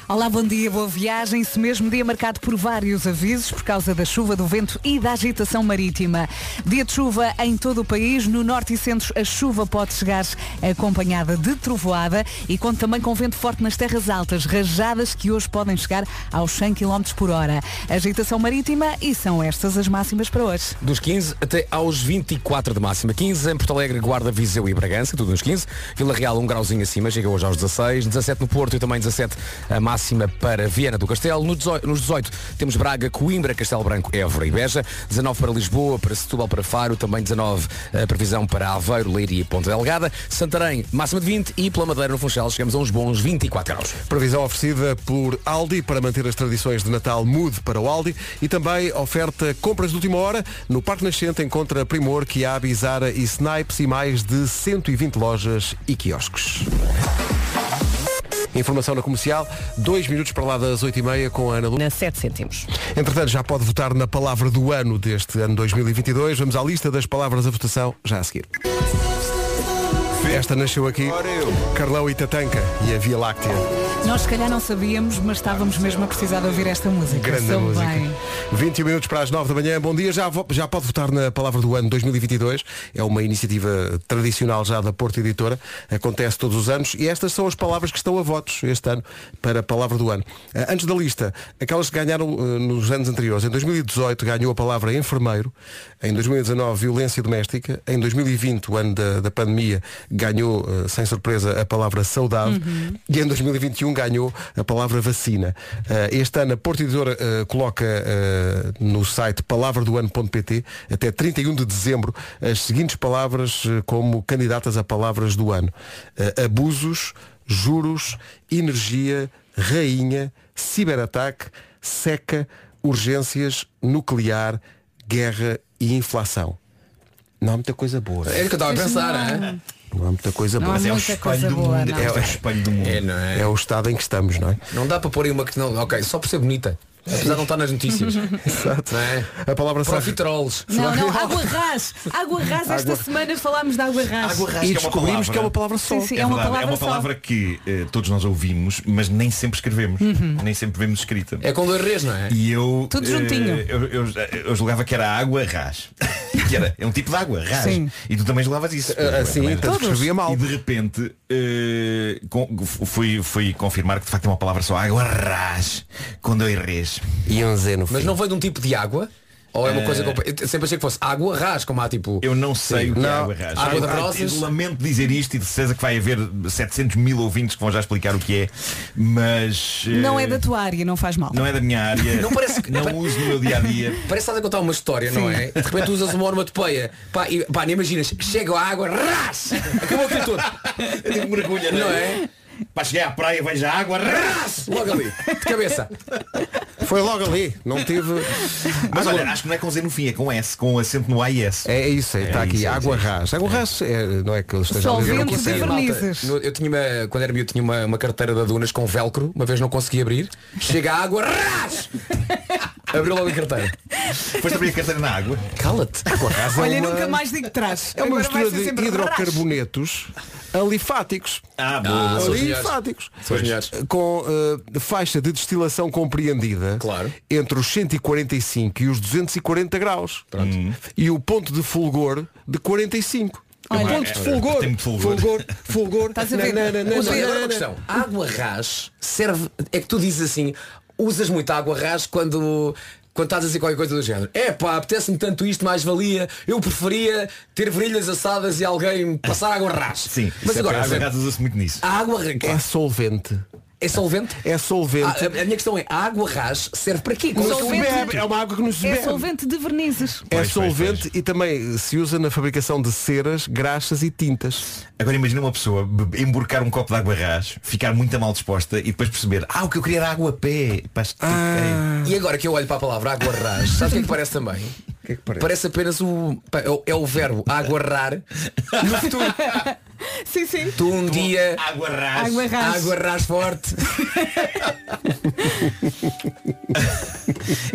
Olá, bom dia, boa viagem. Isso mesmo, dia marcado por vários avisos por causa da chuva, do vento e da agitação marítima. Dia de chuva em todo o país. No norte e centro, a chuva pode chegar acompanhada de trovoada e conta também com vento forte nas terras altas, rajadas que hoje podem chegar aos 100 km por hora. Agitação marítima e são estas as máximas para hoje.
Dos 15 até aos 24 de máxima. 15 em Porto Alegre, Guarda, Viseu e Bragança, tudo nos 15. Vila Real, um grauzinho acima, chega hoje aos 16. 17 no Porto e também 17 a máxima para Viana do Castelo. No 18 Nos 18 temos Braga, Coimbra, Castelo Branco, Évora e Beja. 19 para Lisboa, para Setúbal, para Faro. Também 19 a previsão para Aveiro, Leiria e Ponta Delgada. Santarém, máxima de 20. E pela Madeira, no Funchal, chegamos a uns bons 24 graus.
Previsão oferecida por Aldi para manter as tradições de Natal mude para o Aldi e também oferta compras de última hora. No Parque Nascente encontra Primor, Kiabi, Zara e Snipes e mais de 120 lojas e quiosques. Informação na comercial, dois minutos para lá das 8h30 com a Ana Lu.
Na 7 centimos.
Entretanto, já pode votar na palavra do ano deste ano 2022. Vamos à lista das palavras da votação já a seguir. Esta nasceu aqui, Carlão e Tatanca e a Via Láctea.
Nós se calhar não sabíamos, mas estávamos mesmo a precisar de ouvir esta música.
Grande
Soube
música.
bem.
21 minutos para as 9 da manhã. Bom dia. Já, vo- já pode votar na Palavra do Ano 2022. É uma iniciativa tradicional já da Porta Editora. Acontece todos os anos. E estas são as palavras que estão a votos este ano para a Palavra do Ano. Ah, Antes da lista, aquelas que ganharam eh, nos anos anteriores. Em 2018 ganhou a palavra enfermeiro. Em 2019, violência doméstica. Em 2020, o ano da, da pandemia, ganhou, eh, sem surpresa, a palavra saudade.
Uhum.
E em 2021 ganhou a palavra vacina. Eh, Este ano, a Porta Editora eh, coloca eh, no site palavradoano.pt até 31 de dezembro as seguintes palavras eh, como candidatas a palavras do ano. Eh, Abusos, juros, energia, rainha, ciberataque, seca, urgências, nuclear, guerra e inflação. Não há muita coisa boa.
Era É o que eu estava a pensar, né? hein?
Não há muita coisa
É. Não há
boa.
É o
muita coisa
espelho do
boa,
mundo.
não.
É o espelho do mundo.
não
É o estado em que estamos, não é?
Não dá para pôr aí uma que não. Ok, só por ser bonita. Apesar de não estar nas notícias. é? Exato.
A palavra sabe.
Profiteroles.
Não, não, água ras. Água ras, esta semana falámos de água ras.
Água rasca é
E
uma
descobrimos
palavra.
que é uma palavra só.
Sim, sim,
É,
é, uma
verdade,
palavra,
é uma
só.
palavra que eh, todos nós ouvimos, mas nem sempre escrevemos.
Uhum.
Nem sempre vemos escrita.
É com dois R's, não é?
E eu.
Tudo
eh,
juntinho.
Eu, eu, eh, eu julgava que era água ras. que era, é um tipo de água, ras.
Sim.
E tu também julgavas isso.
Ah,
Não
sim,
era?
tanto que escrevia mal.
E de repente eh, com- fui, fui confirmar que de facto é uma palavra só água ras com dois res.
E um Z no
Mas não vem de um tipo de água? Ou é uma coisa que eu sempre achei que fosse água, ras, como há tipo.
Eu não sei o que é
Não.
água ras.
Água de
Eu-
rosas?
eu Lamento dizer isto e de certeza que vai haver 700 mil ouvintes que vão já explicar o que é, mas. eh,
Não é da tua área, não faz mal.
Não é da minha área.
Não parece que-
não uso no meu dia a dia.
Parece que estás a contar uma história, não é? De repente usas uma onomatopeia. Pá, e, pá, nem imaginas. Chega a água, ras! Acabou aquilo todo.
Eu digo mergulha,
Não é?
Pá, cheguei à praia, vejo a água, ras!
Logo ali, de cabeça.
Foi logo ali. Não tive.
Mas olha, acho que não é com Z no fim, é com S, com acento no A e S.
É isso, está
É
aqui.
isso, é
água
isso.
ras. Água ras é, não é que ele esteja ali.
Solvente
não
um de
consegue.
verniz.
assim, Malta,
Vernizes.
no- eu tinha uma, quando era miúdo, tinha uma, uma carteira da Dunas com velcro, uma vez não consegui abrir, chega a água, ras! Abriu logo a carteira.
Depois abri a carteira na água.
Cala-te.
Ras é
Olha,
uma-
nunca mais digo trás.
É uma
Agora vai
mistura
ser
de
sempre
hidrocarbonetos alifáticos.
Ah, boa.
são os melhores.
alifáticos.
São os melhores.
Com eh, faixa de destilação compreendida
Claro.
entre os 145 e os 240 graus. Hum. E o ponto de fulgor de 45.
Olha.
o ponto de
Eu
fulgor,
tenho de É, fulgor.
fulgor, fulgor.
Estás a ver?
Na, na, na,
Mas
na,
olha,
na,
agora é uma
na.
questão. A água ras serve. É que tu dizes assim, usas muito a água ras quando. Quando estás a dizer qualquer coisa do género. É pá, apetece-me tanto isto, mais valia. Eu preferia ter varilhas assadas e alguém me passar água ras.
Sim, é
Mas agora,
água ras usa-se muito nisso.
a água ras
É solvente.
é solvente?
É
Ah,
solvente.
a, a minha questão é, a água ras serve para quê? Como
Não
é
se
que-
solvente.
bebe, é uma água que nos
É
bebe.
solvente de vernizes.
É
Pois, pois,
solvente e também se usa na fabricação de ceras, graxas e tintas.
Agora imagina uma pessoa be- emborcar um copo de água ras, ficar muito mal disposta e depois perceber, ah, o que eu queria era água a pé. Pá, estiquei.
E agora que eu olho para a palavra aguarrar, sabes o que é que parece também? parece? apenas o. pá, é o- É o verbo aguarrar no futuro.
Sim, sim.
Tu um dia
é. Água ras.
Água ras.
aguarrás forte.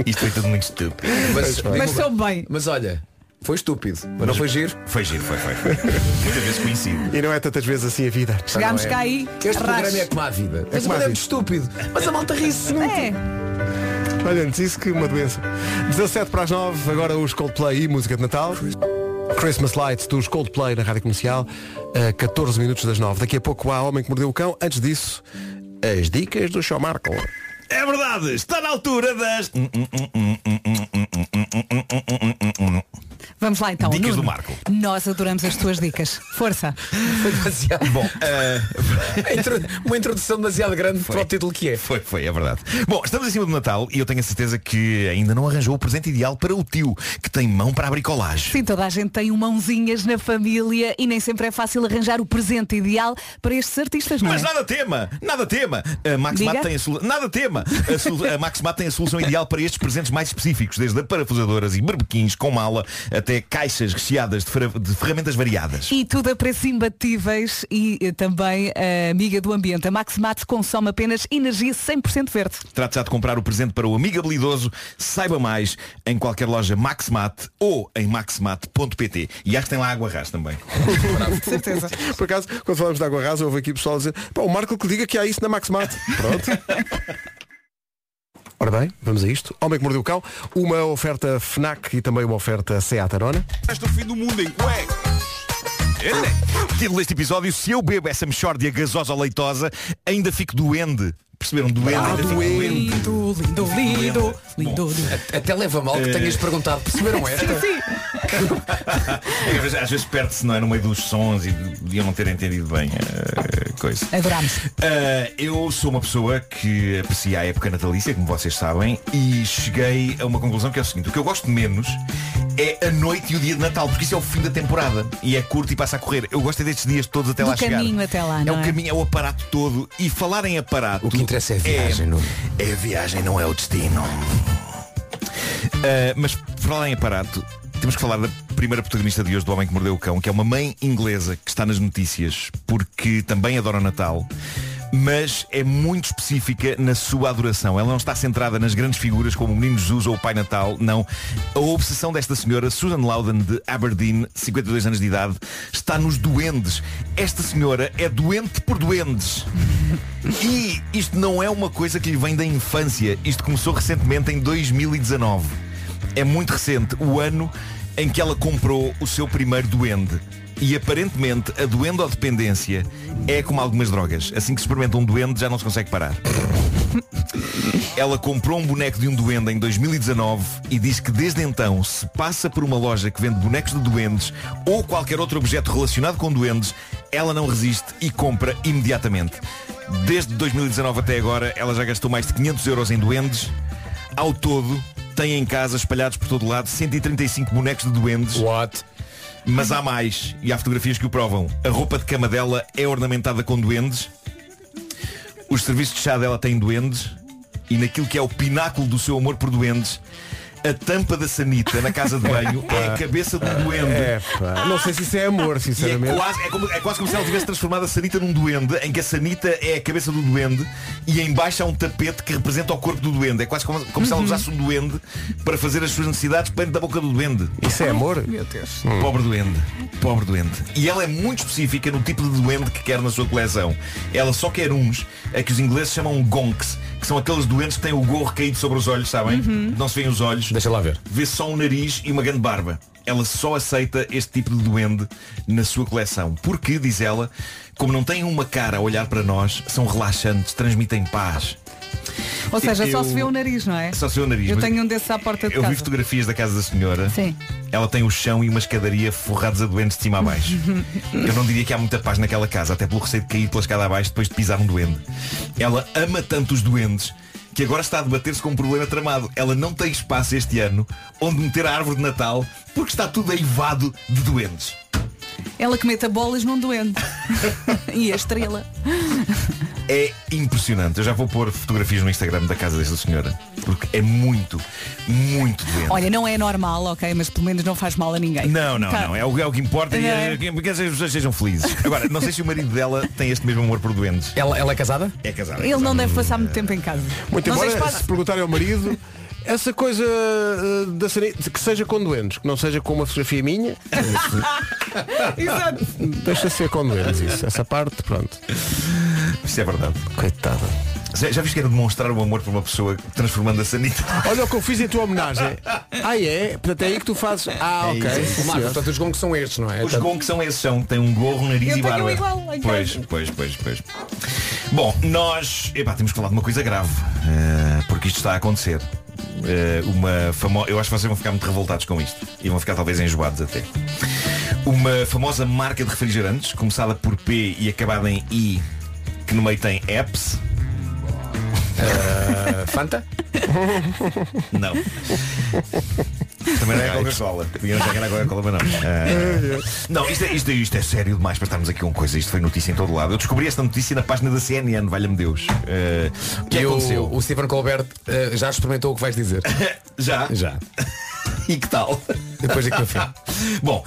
Isto foi tudo muito estúpido.
Mas,
Mas sou bem.
mas olha, foi estúpido. Mas não foi giro.
Foi giro, foi, foi. foi. Muitas vezes coincido.
E não é tantas vezes assim a vida.
Chegámos
Não é?
cá aí.
Este
ras.
programa é como a vida. Mas
como a
é
vida.
muito estúpido. Mas a malta ri-se muito.
É.
Olha, antes isso que uma doença. 17 para as 9, agora os Coldplay e música de Natal. Christmas Lights dos Coldplay na Rádio Comercial, a 14 minutos das 9. Daqui a pouco há Homem que Mordeu o Cão. Antes disso, as dicas do Show Marco.
É verdade, está na altura das. hum,
Vamos lá então.
Dicas
Nuno.
do Marco.
Nós adoramos as tuas dicas. Força.
Foi demasiado.
Bom, eh,
A intro- Uma introdução demasiado grande para o título que é.
Foi, foi, é verdade. Bom, estamos acima do Natal e eu tenho a certeza que ainda não arranjou o presente ideal para o tio, que tem mão para a bricolagem.
Sim, toda a gente tem um mãozinhas na família e nem sempre é fácil arranjar o presente ideal para estes artistas, não é?
Mas nada tema, nada tema. A Max
Diga.
Mat tem a solu- Nada tema. A, solu- a Max Mat tem a solução ideal para estes presentes mais específicos, desde parafusadoras e berbequins com mala até caixas recheadas de, fer- de ferramentas variadas.
E tudo a preços imbatíveis e eh, também eh, amiga do ambiente. A Maximat consome apenas energia 100% verde.
Trata-se já de comprar o presente para o amigo habilidoso. Saiba mais em qualquer loja Maxmat ou em maxmat.pt. E acho que tem lá água ras também.
certeza.
Por acaso, quando falamos de água rasa, houve aqui pessoal a dizer, pá, o Marco que diga que há isso na Max Mate. Pronto. Ora bem, vamos a isto. Homem que Mordeu o Cão, uma oferta FNAC e também uma oferta Seat Arona.
Este é o fim do mundo em cuecas. Título deste episódio, se eu bebo essa mexórdia gasosa leitosa, ainda fico doende. Perceberam? Doende, ainda fico doende.
Lindo, lindo, lindo, lindo, lindo.
Até leva mal que tenhas perguntado. Perceberam esta?
É que às vezes- Às vezes perde-se, não é? No meio dos sons e podiam não ter entendido bem a coisa.
Adorámos.
Ah, eu sou uma pessoa que aprecia a época natalícia, como vocês sabem, e cheguei a uma conclusão que é o seguinte, o que eu gosto menos é a noite e o dia de Natal, porque isso é o fim da temporada e é curto e passa a correr. Eu gosto é destes dias todos até
Do
lá chegar.
caminho até lá,
é
não
o
é?
caminho, é o aparato todo e falar em aparato.
O que interessa é a viagem, Nuno.
É, a viagem, não é o destino. Ah, mas por falar em aparato, temos que falar da primeira protagonista de hoje do Homem que Mordeu o Cão, que é uma mãe inglesa que está nas notícias porque também adora o Natal. mas é muito específica na sua adoração. Ela não está centrada nas grandes figuras como o Menino Jesus ou o Pai Natal, não. A obsessão desta senhora, Susan Loudon de Aberdeen, 52 anos de idade, está nos duendes. Esta senhora é doente por duendes. E isto não é uma coisa que lhe vem da infância. Isto começou recentemente em 2019. É muito recente, o ano em que ela comprou o seu primeiro duende. E aparentemente a duendodependência é como algumas drogas. Assim que se experimenta um duende já não se consegue parar. Ela comprou um boneco de um duende em 2019 e diz que desde então, se passa por uma loja que vende bonecos de duendes ou qualquer outro objeto relacionado com duendes, ela não resiste e compra imediatamente. Desde 2019 até agora, ela já gastou mais de 500 euros em duendes. Ao todo, tem em casa, espalhados por todo lado, 135 bonecos de duendes.
What?
Mas há mais, e há fotografias que o provam. A roupa de cama dela é ornamentada com duendes. Os serviços de chá dela têm duendes. E naquilo que é o pináculo do seu amor por duendes, a tampa da sanita na casa de banho é a cabeça de um duende.
É, pá. Não sei se isso é amor,
E é
sinceramente.
quase, é como, é quase como se ela tivesse transformado a Sanita num duende, em que a Sanita é a cabeça do duende e em baixo há um tapete que representa o corpo do duende. É quase como,
Uhum.
como se ela usasse um duende para fazer as suas necessidades perto da boca do duende.
Isso é amor?
Pobre duende. Pobre duende. E ela é muito específica no tipo de duende que quer na sua coleção. Ela só quer uns a que os ingleses chamam gonks, que são aqueles duendes que têm o gorro caído sobre os olhos, sabem? Não se veem os olhos
Deixa lá ver.
vê só um nariz e uma grande barba. Ela só aceita este tipo de duende na sua coleção. Porque, diz ela, como não têm uma cara a olhar para nós, são relaxantes, transmitem paz.
Ou seja,
Eu-
só se vê o nariz, não é?
Só se vê o nariz.
Eu
mas-
tenho um desses à porta de
Eu vi
casa.
fotografias da casa da senhora.
Sim.
Ela tem o chão e uma escadaria forrados a doentes de cima a baixo. Eu não diria que há muita paz naquela casa, até pelo receio de cair pela escada abaixo depois de pisar um doente. Ela ama tanto os doentes que agora está a debater-se com um problema tramado. Ela não tem espaço este ano onde meter a árvore de Natal porque está tudo aivado de doentes.
Ela que meta bolas num doente. e a estrela.
É impressionante. Eu já vou pôr fotografias no Instagram da casa desta senhora. Porque é muito, muito doente.
Olha, não é normal, ok, mas pelo menos não faz mal a ninguém.
Não, não,
Tá.
não. É o, é o que importa e
É.
é, que- que as pessoas sejam felizes. Agora, não sei se o marido dela tem este mesmo amor por doentes.
Ela, ela é casada?
É casado. é
Ele
casado.
não deve passar muito tempo em casa.
Muito
não sei se
embora,
passa-
se perguntarem ao marido, essa coisa eh, da sanita, que seja com doentes, que não seja com uma fotografia minha,
Exato.
deixa ser com doentes isso. Essa parte, pronto.
Isso é verdade.
Coitada.
Já, já viste que era demonstrar o amor por uma pessoa transformando a sanita?
Olha o que eu fiz em tua homenagem. Ah, é? Portanto, é aí que tu fazes. Ah, ok.
O Marco, portanto, os gongos são estes, não é?
Os
Portanto,
gongos são esses, são. Tem um gorro, nariz
Eu tenho
e barba.
um igual lá em
pois,
casa.
pois, pois, pois. Bom, nós. Epá, temos que falar de uma coisa grave. eh, porque isto está a acontecer. Eh, uma famosa. Eu acho que vocês vão ficar muito revoltados com isto. E vão ficar talvez enjoados até. Uma famosa marca de refrigerantes, começada por P e acabada em I, que no meio tem apps.
a Fanta?
Não. Também não é a Coca-Cola. Podia não chegar a Coca-Cola, mas não. Ah, não, isto é, isto, é- isto é sério demais para estarmos aqui com coisa. Isto foi notícia em todo lado. Eu descobri esta notícia na página da CNN, valha-me Deus. Ah, o que
E
aconteceu?
O, o Stephen Colbert eh, já experimentou o que vais dizer.
Já?
Já.
E que tal?
Depois é que eu fiz.
Bom,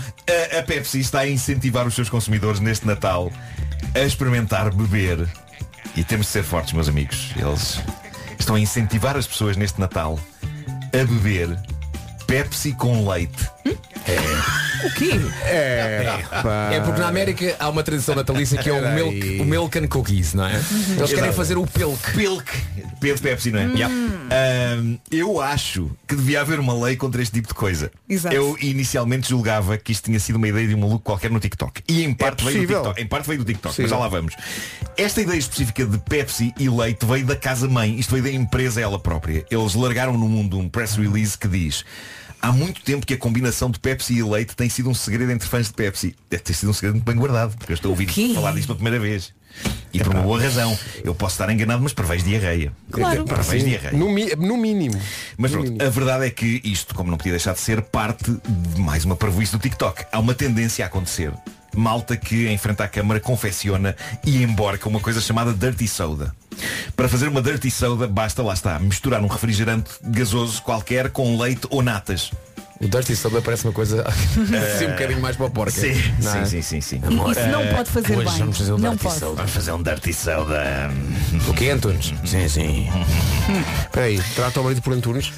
a, a Pepsi está a incentivar os seus consumidores neste Natal a experimentar beber. E temos de ser fortes, meus amigos. Eles estão a incentivar as pessoas neste Natal a beber Pepsi com leite.
É porque na América há uma tradição natalícia que é o
Peraí.
milk, o milk and cookies, não
Uhum.
é? Eles querem fazer o pelk.
Pilk. P de Pepsi, não é? Yeah. Ahm, eu acho que devia haver uma lei contra este tipo de coisa.
Exato.
Eu inicialmente julgava que isto tinha sido uma ideia de um maluco qualquer no TikTok. E em parte veio do
possível.
TikTok. Em parte veio do TikTok,
Sim.
mas já lá vamos. Esta ideia específica de Pepsi e leite veio da casa-mãe, isto veio da empresa ela própria. Eles largaram no mundo um press release que diz Há muito tempo que a combinação de Pepsi e leite tem sido um segredo entre fãs de Pepsi. Deve ter sido um segredo muito bem guardado, porque eu estou a ouvir
quê?
falar disto pela primeira vez. E por uma boa razão. Eu posso estar enganado, mas prevejo diarreia.
Claro.
Prevejo diarreia.
No, mi- no mínimo.
Mas pronto, a verdade é que isto, como não podia deixar de ser, parte de mais uma parvoíce do TikTok. Há uma tendência a acontecer. Malta que enfrenta a câmara, confecciona e emborca uma coisa chamada Dirty Soda. Para fazer uma Dirty Soda basta, lá está, misturar um refrigerante gasoso qualquer com leite ou natas.
O Dirty Sub parece uma coisa assim um bocadinho mais para a porca.
Sim,
não é?
sim, sim, sim, sim.
E Isso não pode fazer
Hoje
bem.
vamos fazer o
não
Dirty
pode.
Soul.
Vamos fazer um Dirty Soda.
O quê, Antunes? Sim, sim.
Espera aí, trata o marido por Antunes.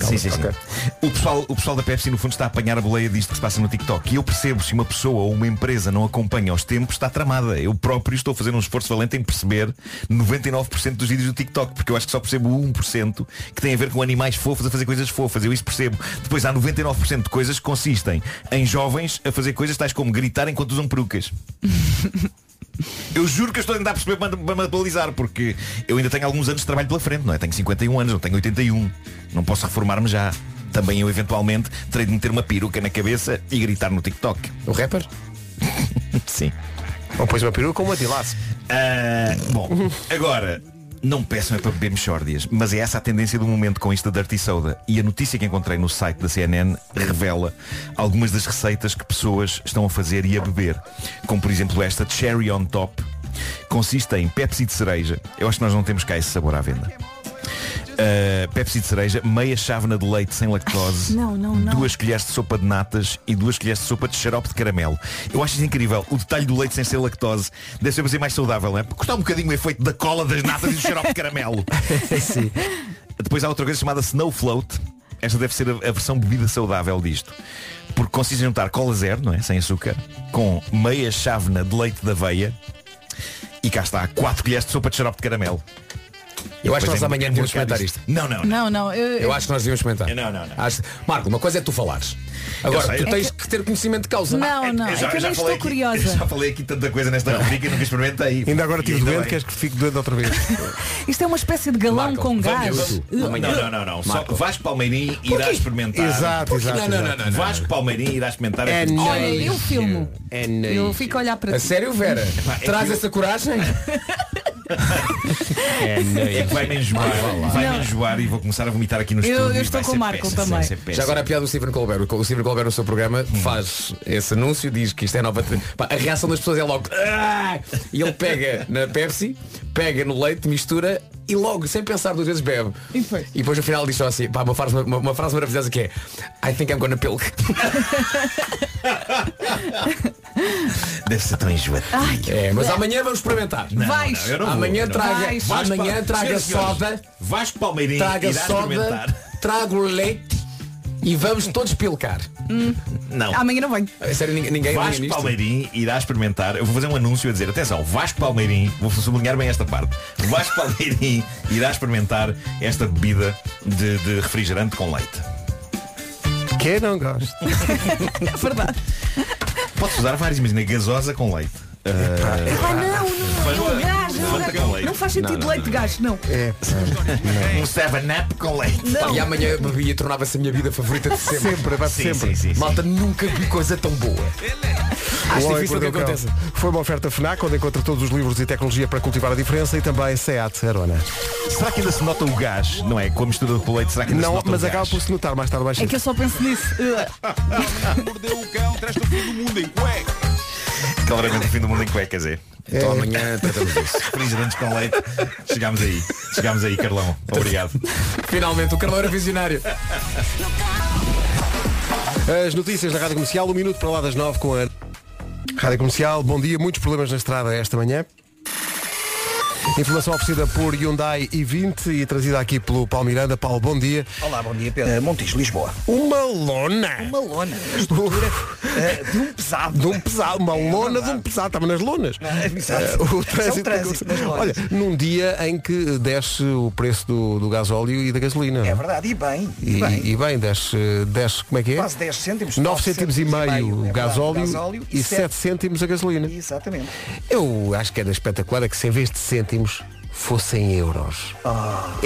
Sim, sim, sim. O, pessoal, o pessoal da Pepsi, no fundo, está a apanhar a boleia disto que se passa no TikTok. E eu percebo se uma pessoa ou uma empresa não acompanha aos tempos, está tramada. Eu próprio estou fazendo um esforço valente em perceber 99% dos vídeos do TikTok, porque eu acho que só percebo o 1% que tem a ver com animais fofos a fazer coisas fofas. Eu isso percebo. Depois há 99% de coisas que consistem em jovens a fazer coisas tais como gritar enquanto usam perucas. Eu juro que eu estou a tentar perceber para para me atualizar, porque eu ainda tenho alguns anos de trabalho pela frente, não é? Tenho 51 anos, não tenho 81. Não posso reformar-me já. Também eu eventualmente terei de meter uma peruca na cabeça e gritar no TikTok.
O rapper?
Sim.
Ou pões uma peruca ou uma tilaço.
Ah, bom, agora, não peçam é para beber mexórdias, mas é essa a tendência do momento com isto da Dirty Soda. E a notícia que encontrei no site da CNN revela algumas das receitas que pessoas estão a fazer e a beber. Como, por exemplo, esta Cherry on Top. Consiste em Pepsi de cereja. Eu acho que nós não temos cá esse sabor à venda. Ah, Pepsi de cereja, meia chávena de leite sem lactose,
Não, não, não.
duas colheres de sopa de natas e duas colheres de sopa de xarope de caramelo. Eu acho isso incrível. O detalhe do leite sem ser lactose deve ser para ser mais saudável, não é? Porque está um bocadinho o efeito da cola das natas e do xarope de caramelo. Sim. Depois há outra coisa chamada Snow Float. Esta deve ser a a versão bebida saudável disto. Porque consiste em juntar cola zero, não é? Sem açúcar, com meia chávena de leite de aveia e cá está, quatro colheres de sopa de xarope de caramelo.
Eu acho que
Depois é
nós
em-
amanhã
em
devíamos
mercado
experimentar isto.
Não, não, não.
Não, não. Eu,
Eu acho que nós devíamos experimentar.
Não, não, não.
Acho- Marco, uma coisa é tu falares. Agora,
Eu sei. É
tu tens que ter conhecimento de causa.
É Não, não.
Eu
É
já-
que eu
já
nem
falei
estou
aqui- eu
curiosa.
já falei aqui tanta coisa nesta rubrica e nunca experimentei.
Ainda agora
E
estive doente,
bem.
queres que fique doente outra vez?
Isto é uma espécie de galão
Marco,
com
vamos
gás.
eu-
Não, não, não, não. Só
Marco.
Vasco Palmeirim irá experimentar.
exato, exato.
Não, não, não,
exato.
não, não.
Vasco Palmeirim irá experimentar.
É
esta-
não.
Olha, eu filmo.
É
Eu
nice.
fico a olhar para
A
ti.
sério, Vera?
Epá, é que
Traz
eu-
essa coragem?
É que vai-me enjoar. Vai-me enjoar e vou começar a vomitar aqui no
Eu-
estúdio.
eu
e vai
estou com
ser
o Marco
péssimo,
também.
vai ser péssimo. Hum.
Já agora a piada do Stephen Colbert. O Stephen Colbert no seu programa faz esse anúncio, diz que isto é nova. Pá, a reação das pessoas é logo. "Ah!" E ele pega na Pepsi, pega no leite, mistura e logo, sem pensar duas vezes, bebe.
E depois?
E depois no final diz só assim, pá, uma frase, uma, uma frase maravilhosa que é I think I'm gonna pilk.
Deve ser tão enjoado.
Ai, que...
É, mas amanhã vamos experimentar.
Vais.
eu não vou,
Amanhã
eu não
traga,
Vais.
vou.
amanhã
Senhoras e
traga
senhores,
soda,
Vasco Palmeirim
traga
irá
soda,
experimentar.
traga o leite e vamos todos pilcar.
Não.
Amanhã não venho.
A Sério, ninguém, ninguém ninguém
Vasco
nisto?
Palmeirim irá experimentar. Eu vou fazer um anúncio a dizer, atenção, Vasco Palmeirim, vou sublinhar bem esta parte. Vasco Palmeirim irá experimentar esta bebida de, de refrigerante com leite.
Quem não gosta?
É verdade.
Posso usar várias, imagina, gasosa com leite. Ah,
Ah, não, não.
Fanta-
Não, gás. Não,
Fanta com
gás.
leite.
não faz sentido leite de gás, não.
um 7-up com leite.
Pá, E amanhã bebia tornava-se a minha vida favorita de sempre.
Sempre, vai
Sim,
sempre.
sim, sim, sim.
Malta, nunca vi coisa tão boa. Acho
O Homem
difícil que
Mordeu o Cão.
aconteça.
Foi uma oferta FNAC, onde encontra todos os livros e tecnologia para cultivar a diferença e também SEAT Arona.
Será que ainda se nota o gás? Não é? Com a mistura do leite, será que ainda se
Não,
nota
mas
o
acaba
gás?
por se notar mais tarde mais
É
cedo.
que eu só penso nisso. Eh,
Mordeu o cão, traz do fim do mundo em cueca.
Claramente o fim do mundo em cuecas é.
Então amanhã tratamos disso.
Refrigerantes com leite. Chegámos aí. Chegámos aí, Carlão. Obrigado.
Finalmente, o Carlão era visionário.
As notícias da Rádio Comercial, um minuto para lá das nove com a Rádio Comercial. Bom dia, muitos problemas na estrada esta manhã. Informação oferecida por Hyundai i20 e trazida aqui pelo Paulo Miranda. Paulo, bom dia.
Olá, bom dia,
Ah,
Pedro. Montes, Lisboa.
Uma lona!
Uma lona. A estrutura eh, de um pesado.
De um pesado, uma
É
lona de
verdade.
um pesado, estava nas lonas.
Ah, exato.
Eh,
É
o
um
trânsito,
trânsito nas lonas.
Olha, num dia em que desce o preço do, do gasóleo e da gasolina.
É verdade, e bem, e,
E,
bem.
e bem, desce, desce, como é que é?
Quase 10 cêntimos.
9 cêntimos e meio
é verdade,
gasóleo,
gasóleo
e 7
sete-
cêntimos a gasolina.
Exatamente.
Eu acho que era espetacular é que se em vez de cêntimos fossem euros. isso, é
Oh.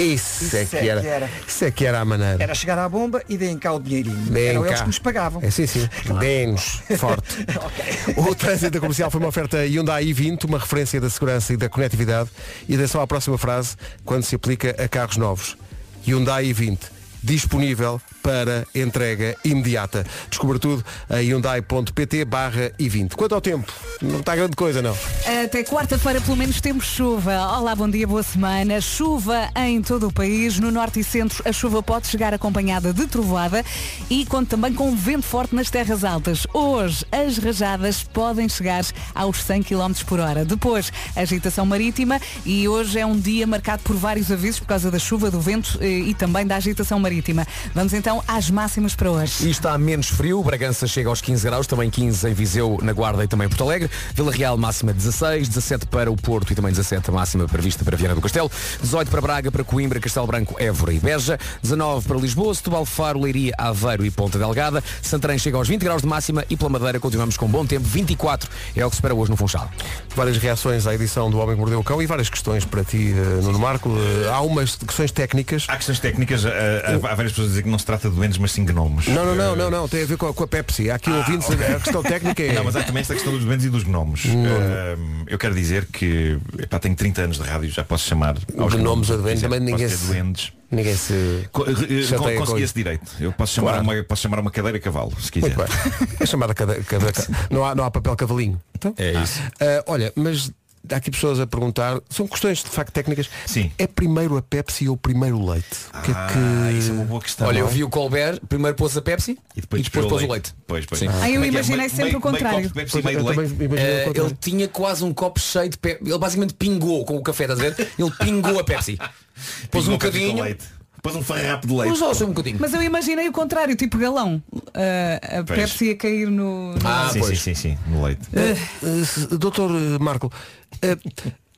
isso
que era, Isso é que era a maneira.
Ah, Era chegar à bomba e deem cá o dinheirinho.
Bem
Eram eles
cá.
que nos pagavam.
É, sim, sim. Bem-nos. Forte. O trânsito da comercial foi uma oferta Hyundai i20, uma referência da segurança e da conectividade. E atenção à próxima frase, quando se aplica a carros novos. Hyundai i20. disponível para entrega imediata. Descubra tudo em hyundai.pt barra i20. Quanto ao tempo, não está grande coisa, não.
Até quarta-feira, pelo menos, temos chuva. Olá, bom dia, boa semana. Chuva em todo o país. No norte e centro, a chuva pode chegar acompanhada de trovoada e conta também com um vento forte nas terras altas. Hoje, as rajadas podem chegar aos 100 km por hora. Depois, agitação marítima e hoje é um dia marcado por vários avisos por causa da chuva, do vento eh, e também da agitação marítima. Vamos então às máximas para hoje.
E está menos frio, Bragança chega aos 15 graus, também 15 em Viseu, na Guarda e também em Porto Alegre. Vila Real máxima 16, 17 para o Porto e também 17 a máxima prevista para Viana do Castelo, 18 para Braga, para Coimbra, Castelo Branco, Évora e Beja, 19 para Lisboa, Setúbal, Faro, Leiria, Aveiro e Ponta Delgada, Santarém chega aos 20 graus de máxima e pela Madeira continuamos com bom tempo, 24 é o que se espera hoje no Funchal.
Várias reações à edição do Homem que Mordeu o Cão e várias questões para ti, eh, Nuno Marco. Eh, Há umas questões técnicas.
Há questões técnicas, há, há- há várias pessoas a dizer que não se trata de doentes, mas sim gnomos.
Não, não, não, não, não. Tem a ver com a, com a Pepsi. Há aqui ouvintes, a questão técnica é...
Ah, Eh, Não, mas há também esta questão dos doentes e dos gnomos.
Hum.
Ahm, eu quero dizer que epá, tenho 30 anos de rádio, já posso chamar aos
De nomes a doentes,
Quer dizer,
também ninguém
posso
se-
ter doentes.
Ninguém se...
Co- eh, eh,
Chateia
con-
com
Consegui
isso.
esse direito. Eu posso chamar,
Claro.
uma, posso chamar uma cadeira cavalo, se quiser.
Muito bem. É chamada cada, cada, não, há, não há papel cavalinho. Então,
É isso.
ah, olha, mas há aqui pessoas a perguntar, são questões de facto técnicas.
Sim.
É primeiro a Pepsi ou primeiro o leite? O que é
Ah,
que-
isso é uma boa questão.
Olha, eu
não é?
vi o Colbert, primeiro pôs a Pepsi e depois, pôs o leite.
Pois, pois.
Sim.
Ah, eu
Como é que é?
imaginei
Meio-
sempre
meio-
o contrário.
Meio copo de Pepsi,
Pois,
meio
eu
de
também
leite.
imaginei o
Eh,
contrário.
ele tinha quase um copo cheio de Pepsi. Ele basicamente pingou com o café, estás a ver? Ele pingou a Pepsi. Pôs um
Pingou Pepsi com
bocadinho.
leite. Pôs um farrapo de leite.
Pôs só um bocadinho.
Mas eu imaginei o contrário, tipo galão. Ah, a
Pois.
Pepsi a cair no... no-
Ah,
sim, sim,
pois.
sim, sim, no leite.
Eh, se- Doutor eh, Marco, eh,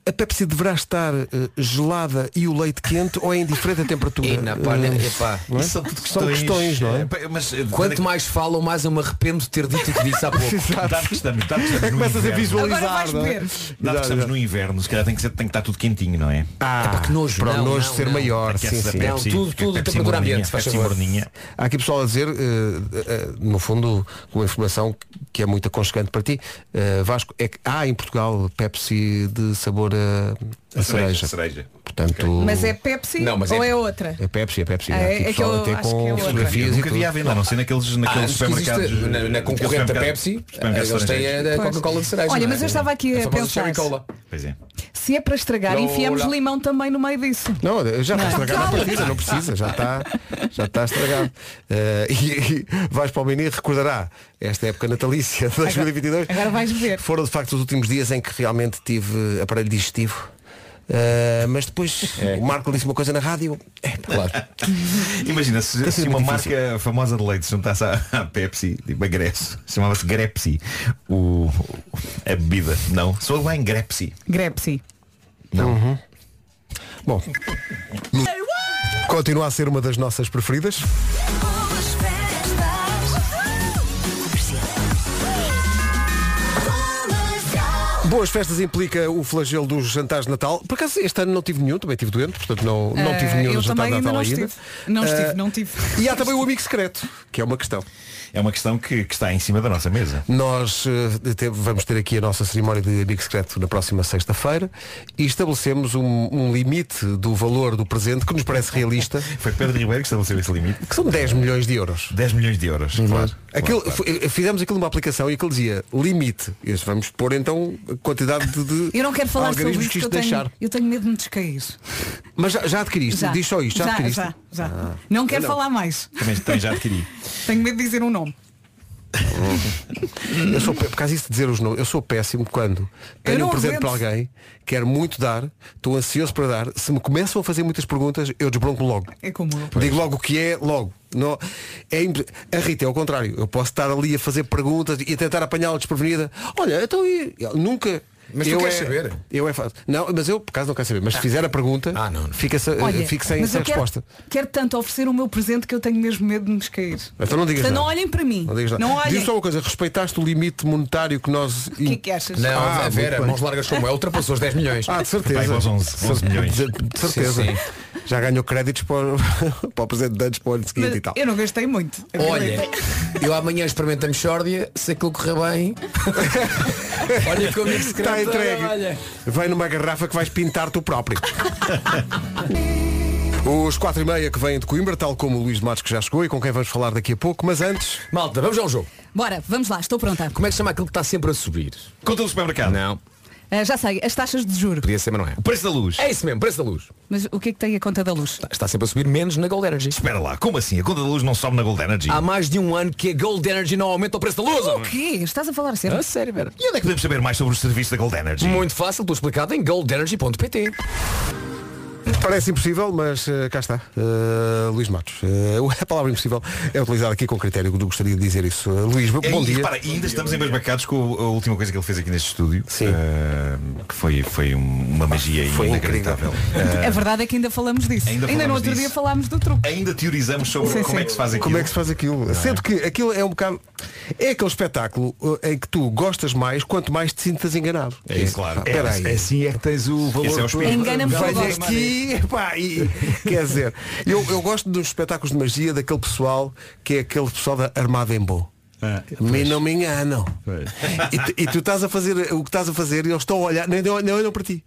a Pepsi deverá estar eh, gelada e o leite quente ou é indiferente a temperatura?
E na palha,
Eh,
epá.
não é?
Isso são tudo
São
questões,
questões, não é?
eh, pá, Mas, eh,
Quanto mais falam, mais eu me arrependo de ter dito o que disse há pouco. Ah,
Dado que estamos, dado que estamos no
Começas a
inverno,
visualizar.
Agora vais
não é?
beber.
Dado que
Exato,
estamos
exato.
no inverno, se calhar tem que, ser, tem que estar tudo quentinho, não é?
Ah,
Epá, que nojo.
Para o
Não,
nojo
não,
ser
não.
maior,
Aquece
sim,
a
sim.
Não,
Pepsi,
tudo-
que a
tudo
Pepsi
temperatura
morninha,
ambiente, faz
Pepsi
favor.
morninha.
Há aqui pessoal a dizer, eh, eh, no fundo, com uma informação que é muito aconchegante para ti, eh, Vasco, é que há em Portugal Pepsi de sabor a, a cereja.
cereja.
Portanto,
Mas é Pepsi
Não, mas
ou
é-
é outra?
é Pepsi, é Pepsi.
Ah,
Há
é-
aqui
é que
pessoal
eu
até
acho que é
com
outra.
fotografias e
nunca
tudo.
vi à venda, a não ser naqueles,
Ah,
naqueles
antes que exista-
supermercados.
na, na
naqueles
concorrente da
supermercados-
Pepsi, Ah,
supermercados
eles têm
estrangeiros.
a
Pois.
Coca-Cola de cereja.
Olha,
não é?
mas eu estava aqui a
famosa
pensar. Ah,
Cherry Cola.
Pois é.
Se é para estragar,
Não,
enfiamos
olha.
limão também no meio disso.
Não, já está
Não.
estragado a
Calma.
partida, não precisa, já está, já está estragado. Eh, e, e vais para o menino recordará esta época natalícia de 2022.
agora vais ver.
Foram de facto os últimos dias em que realmente tive aparelho digestivo. Eh, mas depois o Marco disse uma coisa na rádio. É, pá,
Claro.
Imagina, se, se
sido
uma
muito
marca famosa de leite se juntasse à, à Pepsi, tipo a Grepsi, chamava-se Grepsi, o, a bebida. Não, sou bem Grepsi.
Grepsi.
Bom, continua a ser uma das nossas preferidas. Boas festas implica o flagelo dos jantares de Natal. Por acaso este ano não tive nenhum, também estive doente, portanto não, não tive
Ah,
nenhum
eu
jantar de
também ainda
Natal
não
ainda.
estive. Não estive,
Ah,
não tive.
E há também o amigo secreto, que é uma questão.
É uma questão que, que está em cima da nossa mesa.
Nós eh, te- vamos ter aqui a nossa cerimónia de amigo secreto na próxima sexta-feira e estabelecemos um, um limite do valor do presente que nos parece realista,
Foi Pedro Ribeiro que estabeleceu esse limite.
que são 10 milhões de euros.
10 milhões de euros. Claro.
Aquilo-
claro, claro.
f- eh, Fizemos aquilo numa aplicação e aquilo dizia limite. E nós Vamos pôr então a quantidade de, de
Eu não quero falar sobre
algarismos
isto,
que
que eu
isto
tenho,
deixar.
eu tenho medo de me descair.
Mas já, já adquiriste,
Já.
diz só isto, já, Ah.
já,
adquiriste.
já, já. Não quero falar mais.
Também, também já adquiri.
Tenho medo de dizer um nome.
Eu sou, pé- por causa disso de dizer os nomes, eu sou péssimo quando
não
tenho um presente
aguento.
para alguém, quero muito dar, estou ansioso para dar, se me começam a fazer muitas perguntas, eu desbronco logo.
É como eu.
Digo logo o que é, logo. Não, é imp- A Rita é ao contrário. Eu posso estar ali a fazer perguntas e a tentar apanhá-la desprevenida. Olha, então e... e- nunca.
Mas tu
eu
queres
é-
saber?
Eu é fácil. Não, mas eu por acaso não quero saber. Mas se fizer a pergunta,
Ah, não, não.
Fica, se-
Olha,
fico sem,
mas
sem
eu quero,
resposta.
quero tanto oferecer o meu presente que eu tenho mesmo medo de me descair.
Então não digas
Portanto, não
nada.
olhem para mim.
Não digas nada.
Não olhem.
Diz só um. uma coisa, respeitaste o limite monetário que nós.
O que é que achas?
Não,
Ah,
a
muito
Vera,
bem.
mãos largas como é, ultrapassou os 10 milhões.
Ah, de certeza.
Vai para os 11, 11 milhões.
De, de certeza.
Sim,
Já ganhou créditos para, o- para o presente de antes, para o ano seguinte e
Mas
tal.
Eu não gastei muito.
Olha, eu amanhã experimento a mexórdia, se aquilo correr bem. olha que o amigo secreto.
Está Tá entregue.
Olha.
Vem numa garrafa que vais pintar tu próprio. Os 4 e meia que vêm de Coimbra, tal como o Luís de Matos que já chegou e com quem vamos falar daqui a pouco, mas antes,
Malta, vamos ao jogo.
Bora, vamos lá, estou pronta.
Como é que se chama aquilo que está sempre a subir?
Conta do supermercado.
Não.
Ah, já sei, as taxas de juro.
Podia ser, mas não é.
O preço da luz.
É isso mesmo, preço da luz.
Mas o que é que tem a conta da luz?
Está sempre a subir menos na Gold Energy.
Espera lá, como assim? A conta da luz não sobe na Gold Energy?
Há mais de um ano que a Gold Energy não aumenta o preço da luz.
O quê? Estás a falar a
Ah,
sério?
A sério, Vera.
E onde é que podemos saber mais sobre o serviço da Gold Energy?
Muito fácil, estou explicado em goldenergy.pt.
parece impossível, mas eh, cá está, Eh, Luís de Matos. Eh, a palavra impossível é utilizada aqui com critério, eu gostaria de dizer isso. Eh, Luís,
É,
bom
e,
dia.
repara, e ainda estamos embasbacados com a última coisa que ele fez aqui neste estúdio. ah, que foi, foi um- uma magia
Foi
inacreditável. Ah,
A verdade é que ainda falamos disso.
Ainda
Ainda,
falamos
no outro
disso.
dia falámos do truque.
Ah, ainda teorizamos sobre
Sim,
como
sim.
é que se faz aquilo.
Como é que se faz aquilo? Sendo que aquilo é um bocado. É aquele espetáculo eh, em que tu gostas mais quanto mais te sintas enganado.
É isso, claro.
Pá, Espera aí.
Assim é que tens o valor.
Esse é o espírito.
Engana-me que eu
Venho
gosto.
aqui, pá, e, quer dizer, eu, eu gosto dos espetáculos de magia daquele pessoal que é aquele pessoal da Armada em Bom.
Ah,
Me não me enganam.
Pois.
E tu, e tu estás a fazer o que estás a fazer e eles estão a olhar, nem, nem olham para ti.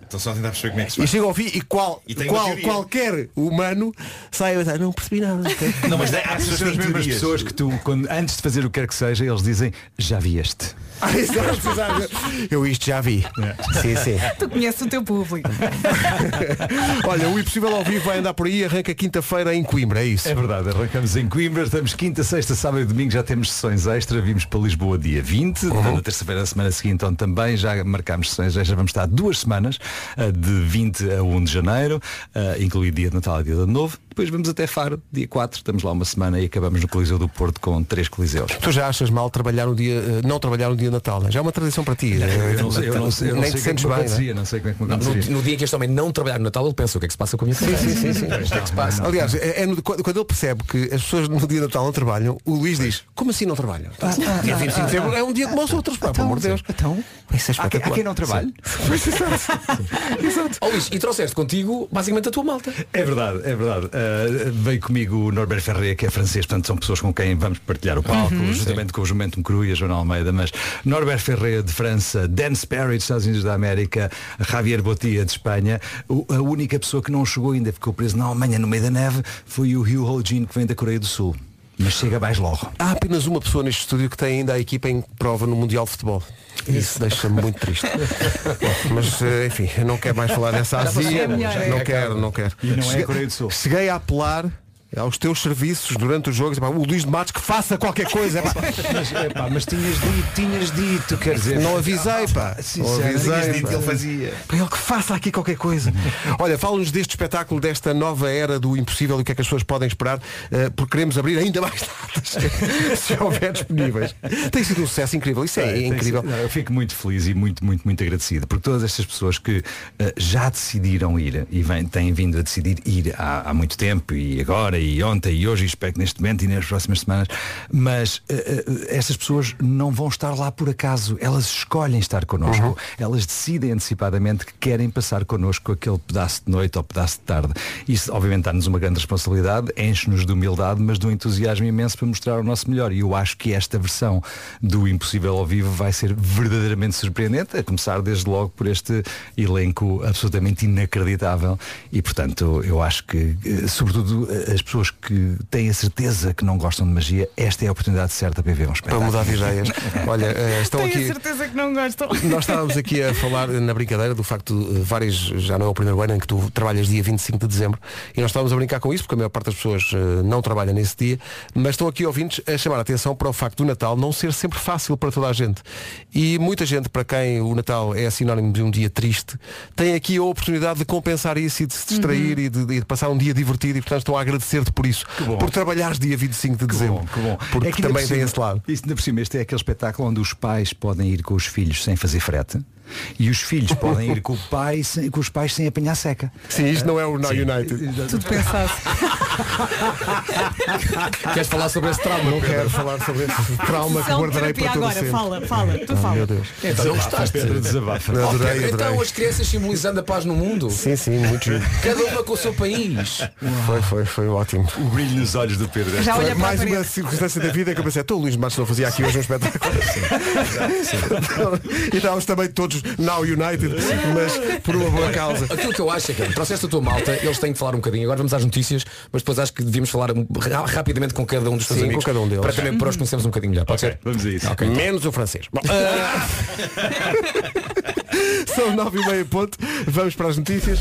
Estou só a tentar perceber como é que se
E
faz.
chega ao fim e, qual,
E tem uma
qual-
teoria.
qualquer humano sai a pensar, não percebi nada.
Não, mas há pessoas
São
que
as
têm
mesmas
teorias.
pessoas que tu, quando, antes de fazer o que quer que seja, eles dizem, já vi este.
Ah, exato, exato. Eu isto já vi. Sim, sim.
Tu conheces o teu público.
Olha, o Impossível ao Vivo vai andar por aí, arranca quinta-feira em Coimbra, é isso.
É verdade, arrancamos em Coimbra, estamos quinta, sexta, sábado e domingo, já temos sessões extra, vimos para Lisboa dia 20, na terça-feira da semana seguinte, onde também já marcámos sessões extra, vamos estar duas semanas, ah, de 20 a 1 de janeiro, ah, incluído dia de Natal e dia de Ano Novo, depois vamos até Faro, dia 4, estamos lá uma semana e acabamos no Coliseu do Porto com três coliseus.
Tu já achas mal trabalhar um dia, eh, não trabalhar um dia de Natal, né? já é uma tradição para ti. eh,
Eu não sei, eu não sei, eu não
nem te
sei
sentes
como é que
bem.
me
né?
acontecia, não sei como é que me
No,
acontecia.
no dia em que este homem não trabalhar no Natal, ele pensa o que é que se passa com a minha sim, sim, sim, O que é que se passa?
Aliás, é, é no- quando quando ele percebe que as pessoas no dia de Natal não trabalham, o Luís diz, como assim não trabalham? Dia 25 de dezembro é um dia como os outros, pá, pelo amor de Deus.
Então,
Isso é
há quem, há
espetacular.
quem não trabalhe?
Oh, Luís, e trouxeste contigo basicamente a tua malta.
É verdade, é verdade. Uh, veio comigo o Norbert Ferreira, que é francês, portanto são pessoas com quem vamos partilhar o palco, juntamente com o Jumento Cru e a Joana Almeida, mas Norbert Ferreira de França, Dan Sperry dos Estados Unidos da América, Javier Botia de Espanha, O- a única pessoa que não chegou ainda, ficou preso na Alemanha no meio da neve, foi o Hugh Ho-Jin, que vem da Coreia do Sul. Mas chega mais logo.
Há apenas uma pessoa neste estúdio que tem ainda a equipa em prova no Mundial de Futebol. Isso deixa-me muito triste. Bom, Mas, eh, enfim, eu não quero mais falar dessa azia.
melhor, é.
Não quero, não quero.
E não é a
Cheguei-
Coreia do Sul.
Cheguei a apelar aos teus serviços durante os jogos. Epá, O Luís de Matos que faça qualquer coisa. epá.
Mas, epá, mas tinhas dito, tinhas dito, quer dizer. Ah,
Não avisei, pá. Não
Sincero,
Tinhas
avisei.
dito que ele
pá.
fazia.
Pá, ele que faça aqui qualquer coisa. Olha, fala-nos deste espetáculo, desta nova era do impossível e o que é que as pessoas podem esperar, eh, porque queremos abrir ainda mais datas, se houver disponíveis. Tem sido um sucesso incrível, isso é,
Tem
incrível.
sido- não, eu fico muito feliz e muito, muito, muito agradecido por todas estas pessoas que eh, já decidiram ir e vêm- têm vindo a decidir ir há, há muito tempo e agora e ontem e hoje e espero que neste momento e nas próximas semanas. Mas eh, eh, estas pessoas não vão estar lá por acaso. Elas escolhem estar connosco. Elas decidem antecipadamente que querem passar connosco aquele pedaço de noite ou pedaço de tarde. Isso obviamente dá-nos uma grande responsabilidade, enche-nos de humildade, mas de um entusiasmo imenso para mostrar o nosso melhor. E eu acho que esta versão do Impossível ao Vivo vai ser verdadeiramente surpreendente, a começar desde logo por este elenco absolutamente inacreditável. E portanto, eu acho que, eh, sobretudo, eh, as pessoas que têm a certeza que não gostam de magia, esta é a oportunidade certa para ver um
Para
espetáculo.
mudar de ideias. Olha, eh, estão
Tenho a
aqui.
certeza que não gostam.
Nós estávamos aqui a falar eh, na brincadeira do facto de eh, várias, já não é o primeiro ano em que tu trabalhas dia 25 de dezembro, e nós estávamos a brincar com isso, porque a maior parte das pessoas eh, não trabalha nesse dia, mas estão aqui ouvintes a chamar a atenção para o facto do Natal não ser sempre fácil para toda a gente. E muita gente, para quem o Natal é sinónimo de um dia triste, tem aqui a oportunidade de compensar isso e de se
Uhum.
distrair e, de, e de passar um dia divertido, e portanto estou a agradecer-te por isso,
Que bom.
por trabalhares dia 25 de
Que
dezembro,
bom, que bom.
porque
É que ainda
também
por
tem
cima-
esse lado.
Isso ainda por cima, este é aquele espetáculo onde os pais podem ir com os filhos sem fazer frete e os filhos podem ir com, o pai sem- com os pais sem apanhar seca.
Sim, isto não é o Now United.
Tudo pensado.
Queres falar sobre esse trauma?
Não quero falar sobre esse trauma que
Sessão de
guardarei
um terapia
para todo
agora.
sempre. Ah,
Fala, fala, tu fala.
Meu Deus.
Então, gostaste?
Pedro desabafa.
Adorei,
Oh, Pedro,
adorei.
Então as crianças simbolizando a paz no mundo.
Sim, sim, muito giro.
Cada uma com o seu país.
Foi, foi, foi ótimo.
O brilho nos olhos do Pedro.
Já olha
Foi
para a
mais
parede.
uma circunstância da vida em que eu pensei, então o Luís Matos não fazia aqui hoje um espetáculo. e estávamos também todos Machos, Now United, mas por uma boa causa.
Aquilo que eu acho é que trouxeste a tua malta, eles têm que falar um bocadinho. Agora vamos às notícias, mas depois acho que devíamos falar um- ra- rapidamente com cada um dos teus
Sim,
amigos.
com cada um deles.
Para também para os conhecermos um bocadinho melhor. Pode ser?
Vamos a isso.
Menos o francês. Bom, ah, São nove e meia ponto. Vamos para as notícias.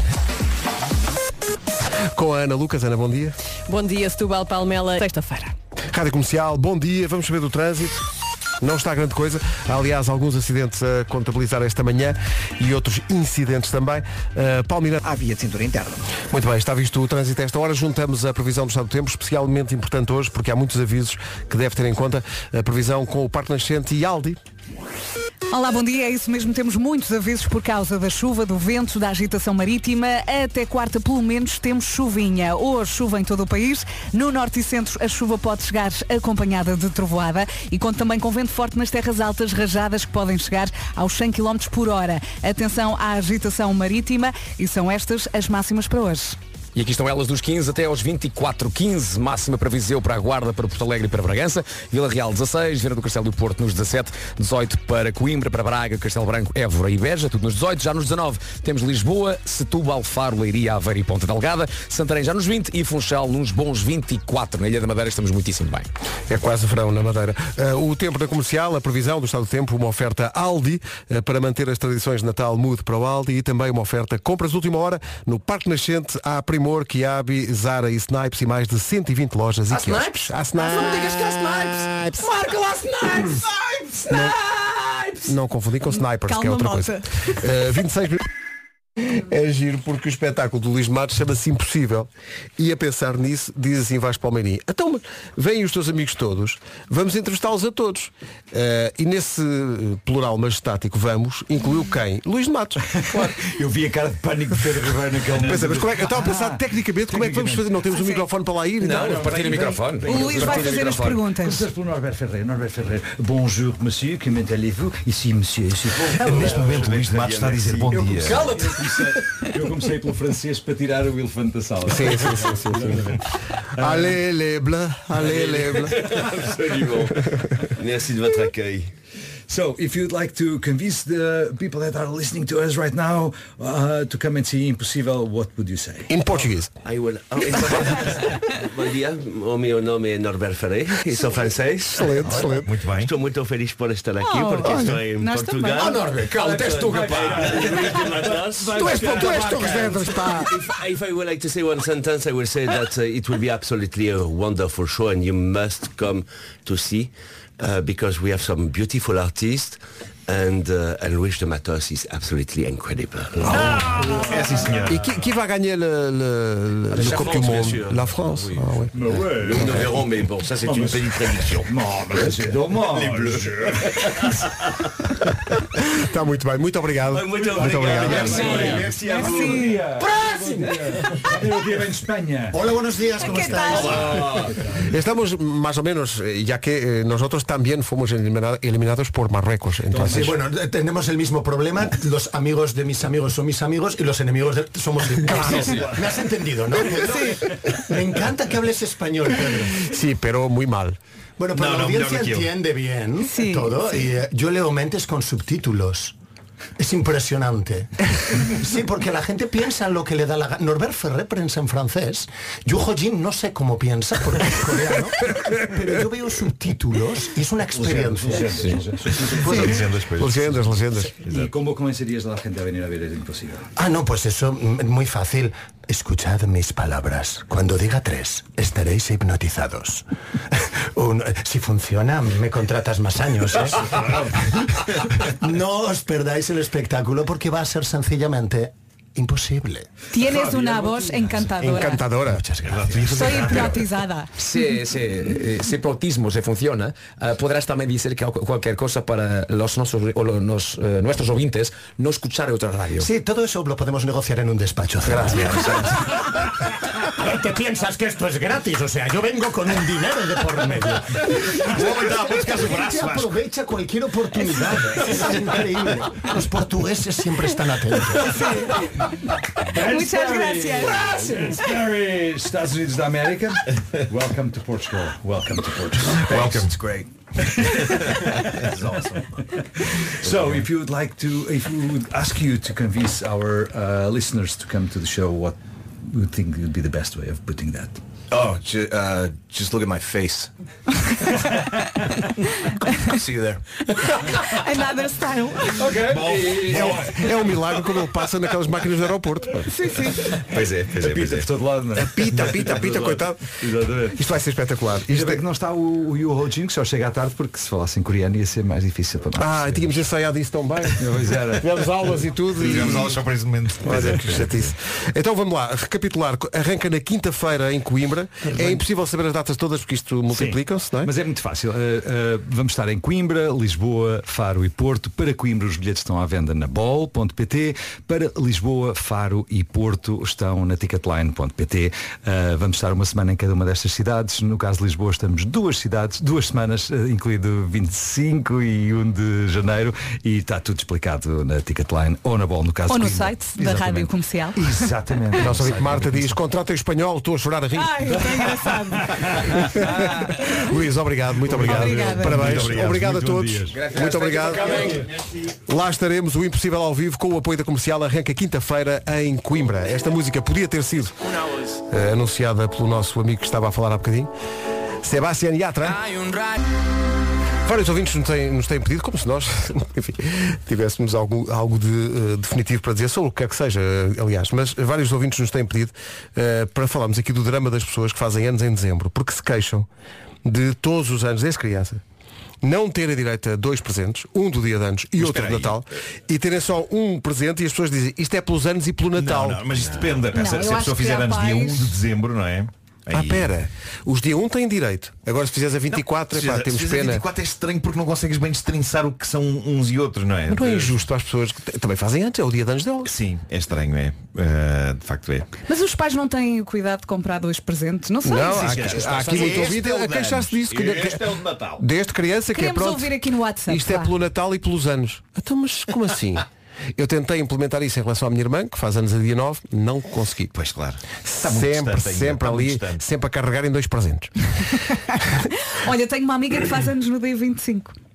Com a Ana Lucas. Ana, bom dia.
Bom dia, Setúbal Palmela, sexta-feira.
Rádio Comercial, bom dia. Vamos saber do trânsito. Não está grande coisa. Há, aliás, alguns acidentes a contabilizar esta manhã e outros incidentes também. Ah, Palmeira.
Há via de cintura interna.
Muito bem, está visto o trânsito a esta hora. Juntamos a previsão do estado do tempo, especialmente importante hoje, porque há muitos avisos que deve ter em conta. A previsão com o Parque Nascente e Aldi.
Olá, bom dia. É isso mesmo. Temos muitos avisos por causa da chuva, do vento, da agitação marítima. Até quarta, pelo menos, temos chuvinha. Hoje chuva em todo o país. No norte e centro, a chuva pode chegar acompanhada de trovoada e conta também com vento forte nas terras altas, rajadas que podem chegar aos 100 km por hora. Atenção à agitação marítima e são estas as máximas para hoje.
E aqui estão elas dos 15 até aos 24. 15, máxima para Viseu, para a Guarda, para Porto Alegre e para Bragança. Vila Real 16, Vieira do Castelo e Porto nos 17. 18 para Coimbra, para Braga, Castelo Branco, Évora e Beja, tudo nos 18. Já nos 19 temos Lisboa, Setúbal, Faro, Leiria, Aveiro e Ponta Delgada. Santarém já nos 20 e Funchal nos bons 24. Na Ilha da Madeira estamos muitíssimo bem.
É quase verão na Madeira. Ah, o tempo da comercial, a previsão do estado do tempo, uma oferta Aldi ah, para manter as tradições de Natal mude para o Aldi e também uma oferta compras de última hora no Parque Nascente há Primor, Kiabi, Zara e Snipes e mais de 120 lojas e quiosques. Há Snipes. Ah, Não digas que há Snipes. Marca lá Snipes. Não, não confundir com Snipers, que é
Calma,
outra
malta.
coisa. Ah, 26 mil... É giro porque o espetáculo do Luís Matos chama-se Impossível. E a pensar nisso, diz assim Vasco Palmeirinho. Então, mas vêm os teus amigos todos, vamos entrevistá-los a todos. Eh, e nesse eh, plural majestático vamos, incluiu quem? Luís Matos. Claro.
Eu vi a cara de pânico de Pedro Ribeiro naquele Ah,
Pensa,
momento.
mas como é que, eu estava a pensar tecnicamente como é que vamos fazer? Não temos um microfone para lá ir? Não,
Partilha o microfone.
O Luís vai fazer as perguntas.
Começamos pelo Norbert Ferreira. Norbert Ferreira. Bonjour, monsieur. Comment allez-vous? Ici, monsieur. Ici. Neste momento, é- Luís de Matos está a dizer bom dia.
Cala-te!
Eu comecei pelo francês para tirar o elefante da sala.
Sim, sim, sim, sim, sim. Allez les bleus, allez les bleus.
Absolument. Merci de votre accueil.
So, if you'd like to convince the people that are listening to us right now uh, to come and see Impossível, what would you say?
In português.
I will. Oh, it's- Bom dia, o meu nome é Norbert Ferreira e sou francês.
Excelente, excelente.
Muito bem.
Estou muito feliz por estar aqui
Oh,
porque
olha,
estou em
nós
Portugal.
também.
Norbert, cala-te, és tu, rapaz.
Tu és, tu és Torres Vedras, pá.
If, if I would like to say one sentence, I will say that uh, it will be absolutely a wonderful show and you must come to see uh, because we have some beautiful artists and, uh, and Luis de Matos is absolutely incredible.
É sim, senhor.
Et qui, qui va gagner le,
Ah,
le, le- le
La
Coupe
France,
du
bien
Monde
é
sûr.
La France
Oui.
Ah, ouais.
Nous ne verrons, mais bon, ça c'est une petite prédiction. Les bleus.
Está muito bem, muito obrigado.
Muito obrigado. Merci. Merci à vous.
Hola, buenos días,
é
¿cómo estáis?
Estamos más o menos, eh, ya que eh, nosotros también fuimos elimina- eliminados por Marruecos.
Entonces,
Entonces,
Bueno, tenemos el mismo problema. Los amigos de mis amigos son mis amigos y los enemigos de- somos de... Me has entendido, ¿no? Me encanta que hables español, Pedro.
sí, pero muy mal.
Bueno, pero
No,
la
no,
audiencia
mira, no quiero.
entiende bien
Sí,
todo y eh, yo leo mentes con subtítulos. Es impresionante. Sí, porque la gente piensa lo que le da la gana. Norbert Ferré prensa en francés. Yo Jin no sé cómo piensa porque es coreano. Pero yo veo subtítulos y es una experiencia.
Estou dizendo as coisas.
Leyendas, leyendas.
¿Y cómo convencerías a la gente a venir a ver el Imposible?
Ah, no, pues eso mm, muy fácil. Escuchad mis palabras. Cuando diga tres, estaréis hipnotizados. Un- eh, si funciona, me contratas más años. ¿eh? no os perdáis el espectáculo porque va a ser sencillamente imposible.
Tienes una voz encantadora.
Encantadora.
Muchas gracias.
Soy hipnotizada.
Se, se, eh, se plotismo se funciona, ah, podrás también decir que algo- cualquier cosa para los nosos, o lo- nos, eh, nuestros oyentes no escuchar otra radio.
Sí, todo eso lo podemos negociar en un despacho. Gracias. A ver, ¿te piensas que esto es gratis? O sea, yo vengo con un dinero de por medio. Se aprovecha cualquier oportunidad. Es increíble. Los portugueses siempre están atentos.
É
Muchas gracias.
It's very Estados Unidos da América. Welcome to Portugal. Welcome to Portugal.
Welcome. It's great.
That's awesome. So, if you would like to, if we would ask you to convince our uh, listeners to come to the show, what you think would be the best way of putting that?
Oh, ju- uh, just look at my face. See you there.
Ah!
Another style.
É, é um milagre como ele passa naquelas máquinas do aeroporto. pá.
Pois é, pois é, pois é.
por todo lado, não é?
Pita, pita, pita, coitado.
Exatamente.
Isto vai ser espetacular.
Ainda
Isto
bem
é...
que não está o, o Yu Ho Jin, que só chega à tarde, porque se falasse em coreano ia ser mais difícil para nós.
Ah, tínhamos ensaiado isso tão bem.
Pois era.
Tivemos aulas e tudo. e-
Tivemos aulas só para esse momento.
Olha, é, que chatice. Então vamos lá, recapitular. Arranca na quinta-feira em Coimbra. É impossível saber as datas todas porque isto multiplicam-se, não é?
Mas é muito fácil. Uh, uh, vamos estar em Coimbra, Lisboa, Faro e Porto. Para Coimbra os bilhetes estão à venda na bol.pt. Para Lisboa, Faro e Porto estão na ticketline.pt. Uh, vamos estar uma semana em cada uma destas cidades. No caso de Lisboa estamos duas cidades, duas semanas, uh, incluído 25 e 1 de janeiro. E está tudo explicado na ticketline ou na bol, no caso
Ou
de
no
Coimbra.
site da Rádio Comercial.
Exatamente.
Nossa ouvinte
No site
Marta
da
diz, contrata em espanhol, estou a chorar a rir.
Ai, tão engraçado.
Luís, obrigado, muito obrigado.
Obrigada.
Parabéns.
Muito
obrigado
obrigado,
a
muito bom
todos. Muito obrigado. Lá estaremos, o Impossível ao vivo, com o apoio da comercial, arranca quinta-feira em Coimbra. Esta música podia ter sido eh, anunciada pelo nosso amigo que estava a falar há bocadinho. Sebastián Yatra. Vários ouvintes nos têm, nos têm pedido, como se nós enfim, tivéssemos algo, algo de eh, definitivo para dizer, sobre o que quer que seja, eh, aliás, mas vários ouvintes nos têm pedido eh, para falarmos aqui do drama das pessoas que fazem anos em dezembro, porque se queixam de todos os anos, desde criança, não terem direito a dois presentes, um do dia de anos e outro do
espera aí.
Natal, e terem só um presente e as pessoas dizem, isto é pelos anos e pelo Natal.
Não, não, mas isso depende.
Não,
se
eu
se
acho
a pessoa
que
fizer
há
anos dia 1
pais-
de dezembro, não é?
Ah,
Aí-
pera, os dia 1 têm direito. Agora se fizeres a 24,
Se
epá,
fizer-
temos
se fizer
pena.
24 é estranho porque não consegues bem destrinçar o que são uns e outros, não é?
Não é injusto para as pessoas que t- também fazem antes, é o dia de anos delas.
Sim, é estranho, é. Ah, de facto é.
Mas os pais não têm o cuidado de comprar dois presentes? Não sei.
Não, há,
Sim, sim, sim.
há aqui muito
Este
ouvido
é o
a
de
queixar-se
anos.
disso. que-
Este
que-
é o de Natal.
Desde criança que
Queremos
é pronto.
ouvir aqui no WhatsApp.
Isto é
vá.
pelo Natal e pelos anos. Então, mas como assim? Eu tentei implementar isso em relação à minha irmã, que faz anos a dia 9, não consegui.
Pois claro. Está muito
Sempre,
distante ainda,
sempre
está muito
ali,
distante.
sempre a carregar em dois presentes.
Olha, tenho uma amiga que faz anos no dia 25.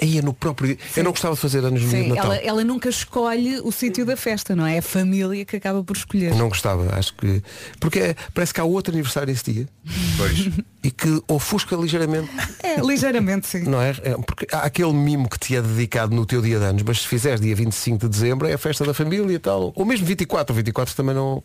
Aí é no próprio dia. Eu não gostava de fazer anos no dia de
Sim,
Natal.
ela, é- ela nunca escolhe o sítio da festa, não é? É a família que acaba por escolher.
Não gostava, acho que. Porque é- parece que há outro aniversário nesse dia
Pois.
e que ofusca ligeiramente.
É, ligeiramente sim.
Não é? É, Porque há aquele mimo que te é dedicado no teu dia de anos, mas se fizeres dia 25 de dezembro é a festa da família e tal. Ou mesmo 24, 24 também não.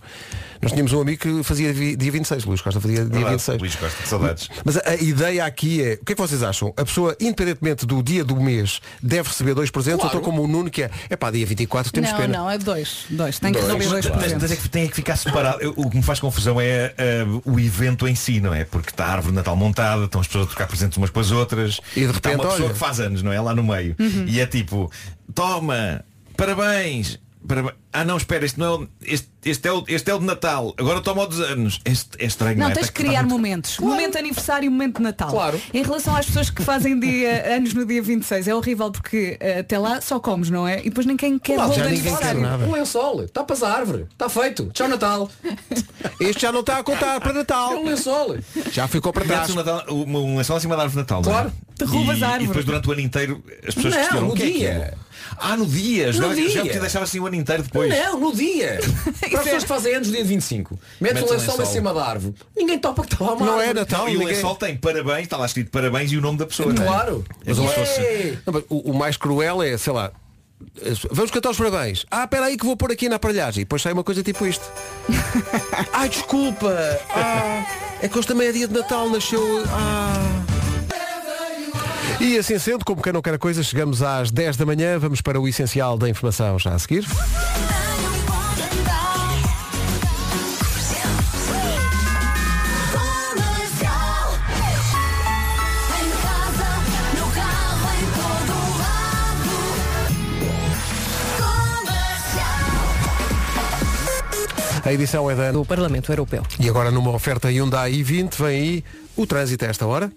Nós tínhamos um amigo que fazia vi- dia 26, Luís Costa fazia dia
Verdade,
26.
Luís Costa, que saudades.
Mas a, a ideia aqui é, o que é que vocês acham? A pessoa, independentemente do dia do mês, deve receber dois presentes, ou estou como o Nuno que é, é pá, dia 24 temos
não,
pena.
não, é dois. Dois. Tem que
Não,
receber dois
mas- mas- mas é
presentes.
que tem que ficar separado. Eu- O que me faz confusão é ah, o evento em si, não é? Porque está a árvore de Natal montada, estão as pessoas a trocar presentes umas para as outras.
E de
está uma
repente,
pessoa
olha.
que faz anos, não é? Lá no meio. E é tipo, toma, parabéns. parabéns. Ah não, espera, este, não é, o- este, este, é o, este é o de Natal, agora toma o dos anos. Este é estranho.
Não,
é?
tens
Está-
que criar
está muito-
momentos. Momento de aniversário e momento de Natal.
Claro.
Em relação às pessoas que fazem dia, anos no dia 26, é horrível porque eh, até lá só comes, não é? E depois ninguém quer bolo de
já ninguém quer
aniversário.
nada.
Um lençol, tapas a árvore, está feito. Tchau Natal.
Este já não está a contar para
É um
Natal.
lençol.
Já ficou para
Metes
trás.
um, Natal, uma- um lençol em cima da árvore de Natal, não é?
Claro,
derrubas
e,
a
E
árvore.
depois durante o ano inteiro as pessoas
Não,
questionam.
no
"O que é que
dia."
é aquilo?" ah, no dia. já,
No
já
dia.
porque deixava assim o ano inteiro
Não,
depois.
É, no dia. Para as
é-
pessoas que fazem anos dia 25. Metes
Metes
um
um
lençol em
lençol.
cima da árvore. Ninguém topa que está lá uma
Não
árvore.
é Natal,
e o
ninguém-
lençol tem parabéns, está lá escrito parabéns e o nome da pessoa. não é?
Claro.
É como se fosse-
Yeah.
Não, mas o, o mais cruel é, sei lá, as- vamos cantar os parabéns. Ah, espera aí que vou pôr aqui na aparelhagem. E depois sai uma coisa tipo isto. Ai, desculpa. Ah, é que hoje também é dia de Natal, nasceu... Ah. E assim sendo, como quem não quer a coisa, chegamos às 10 da manhã, vamos para o essencial da informação já a seguir. A edição é da Ana.
Do Parlamento Europeu.
E agora numa oferta Hyundai i20 vem aí o trânsito a esta hora.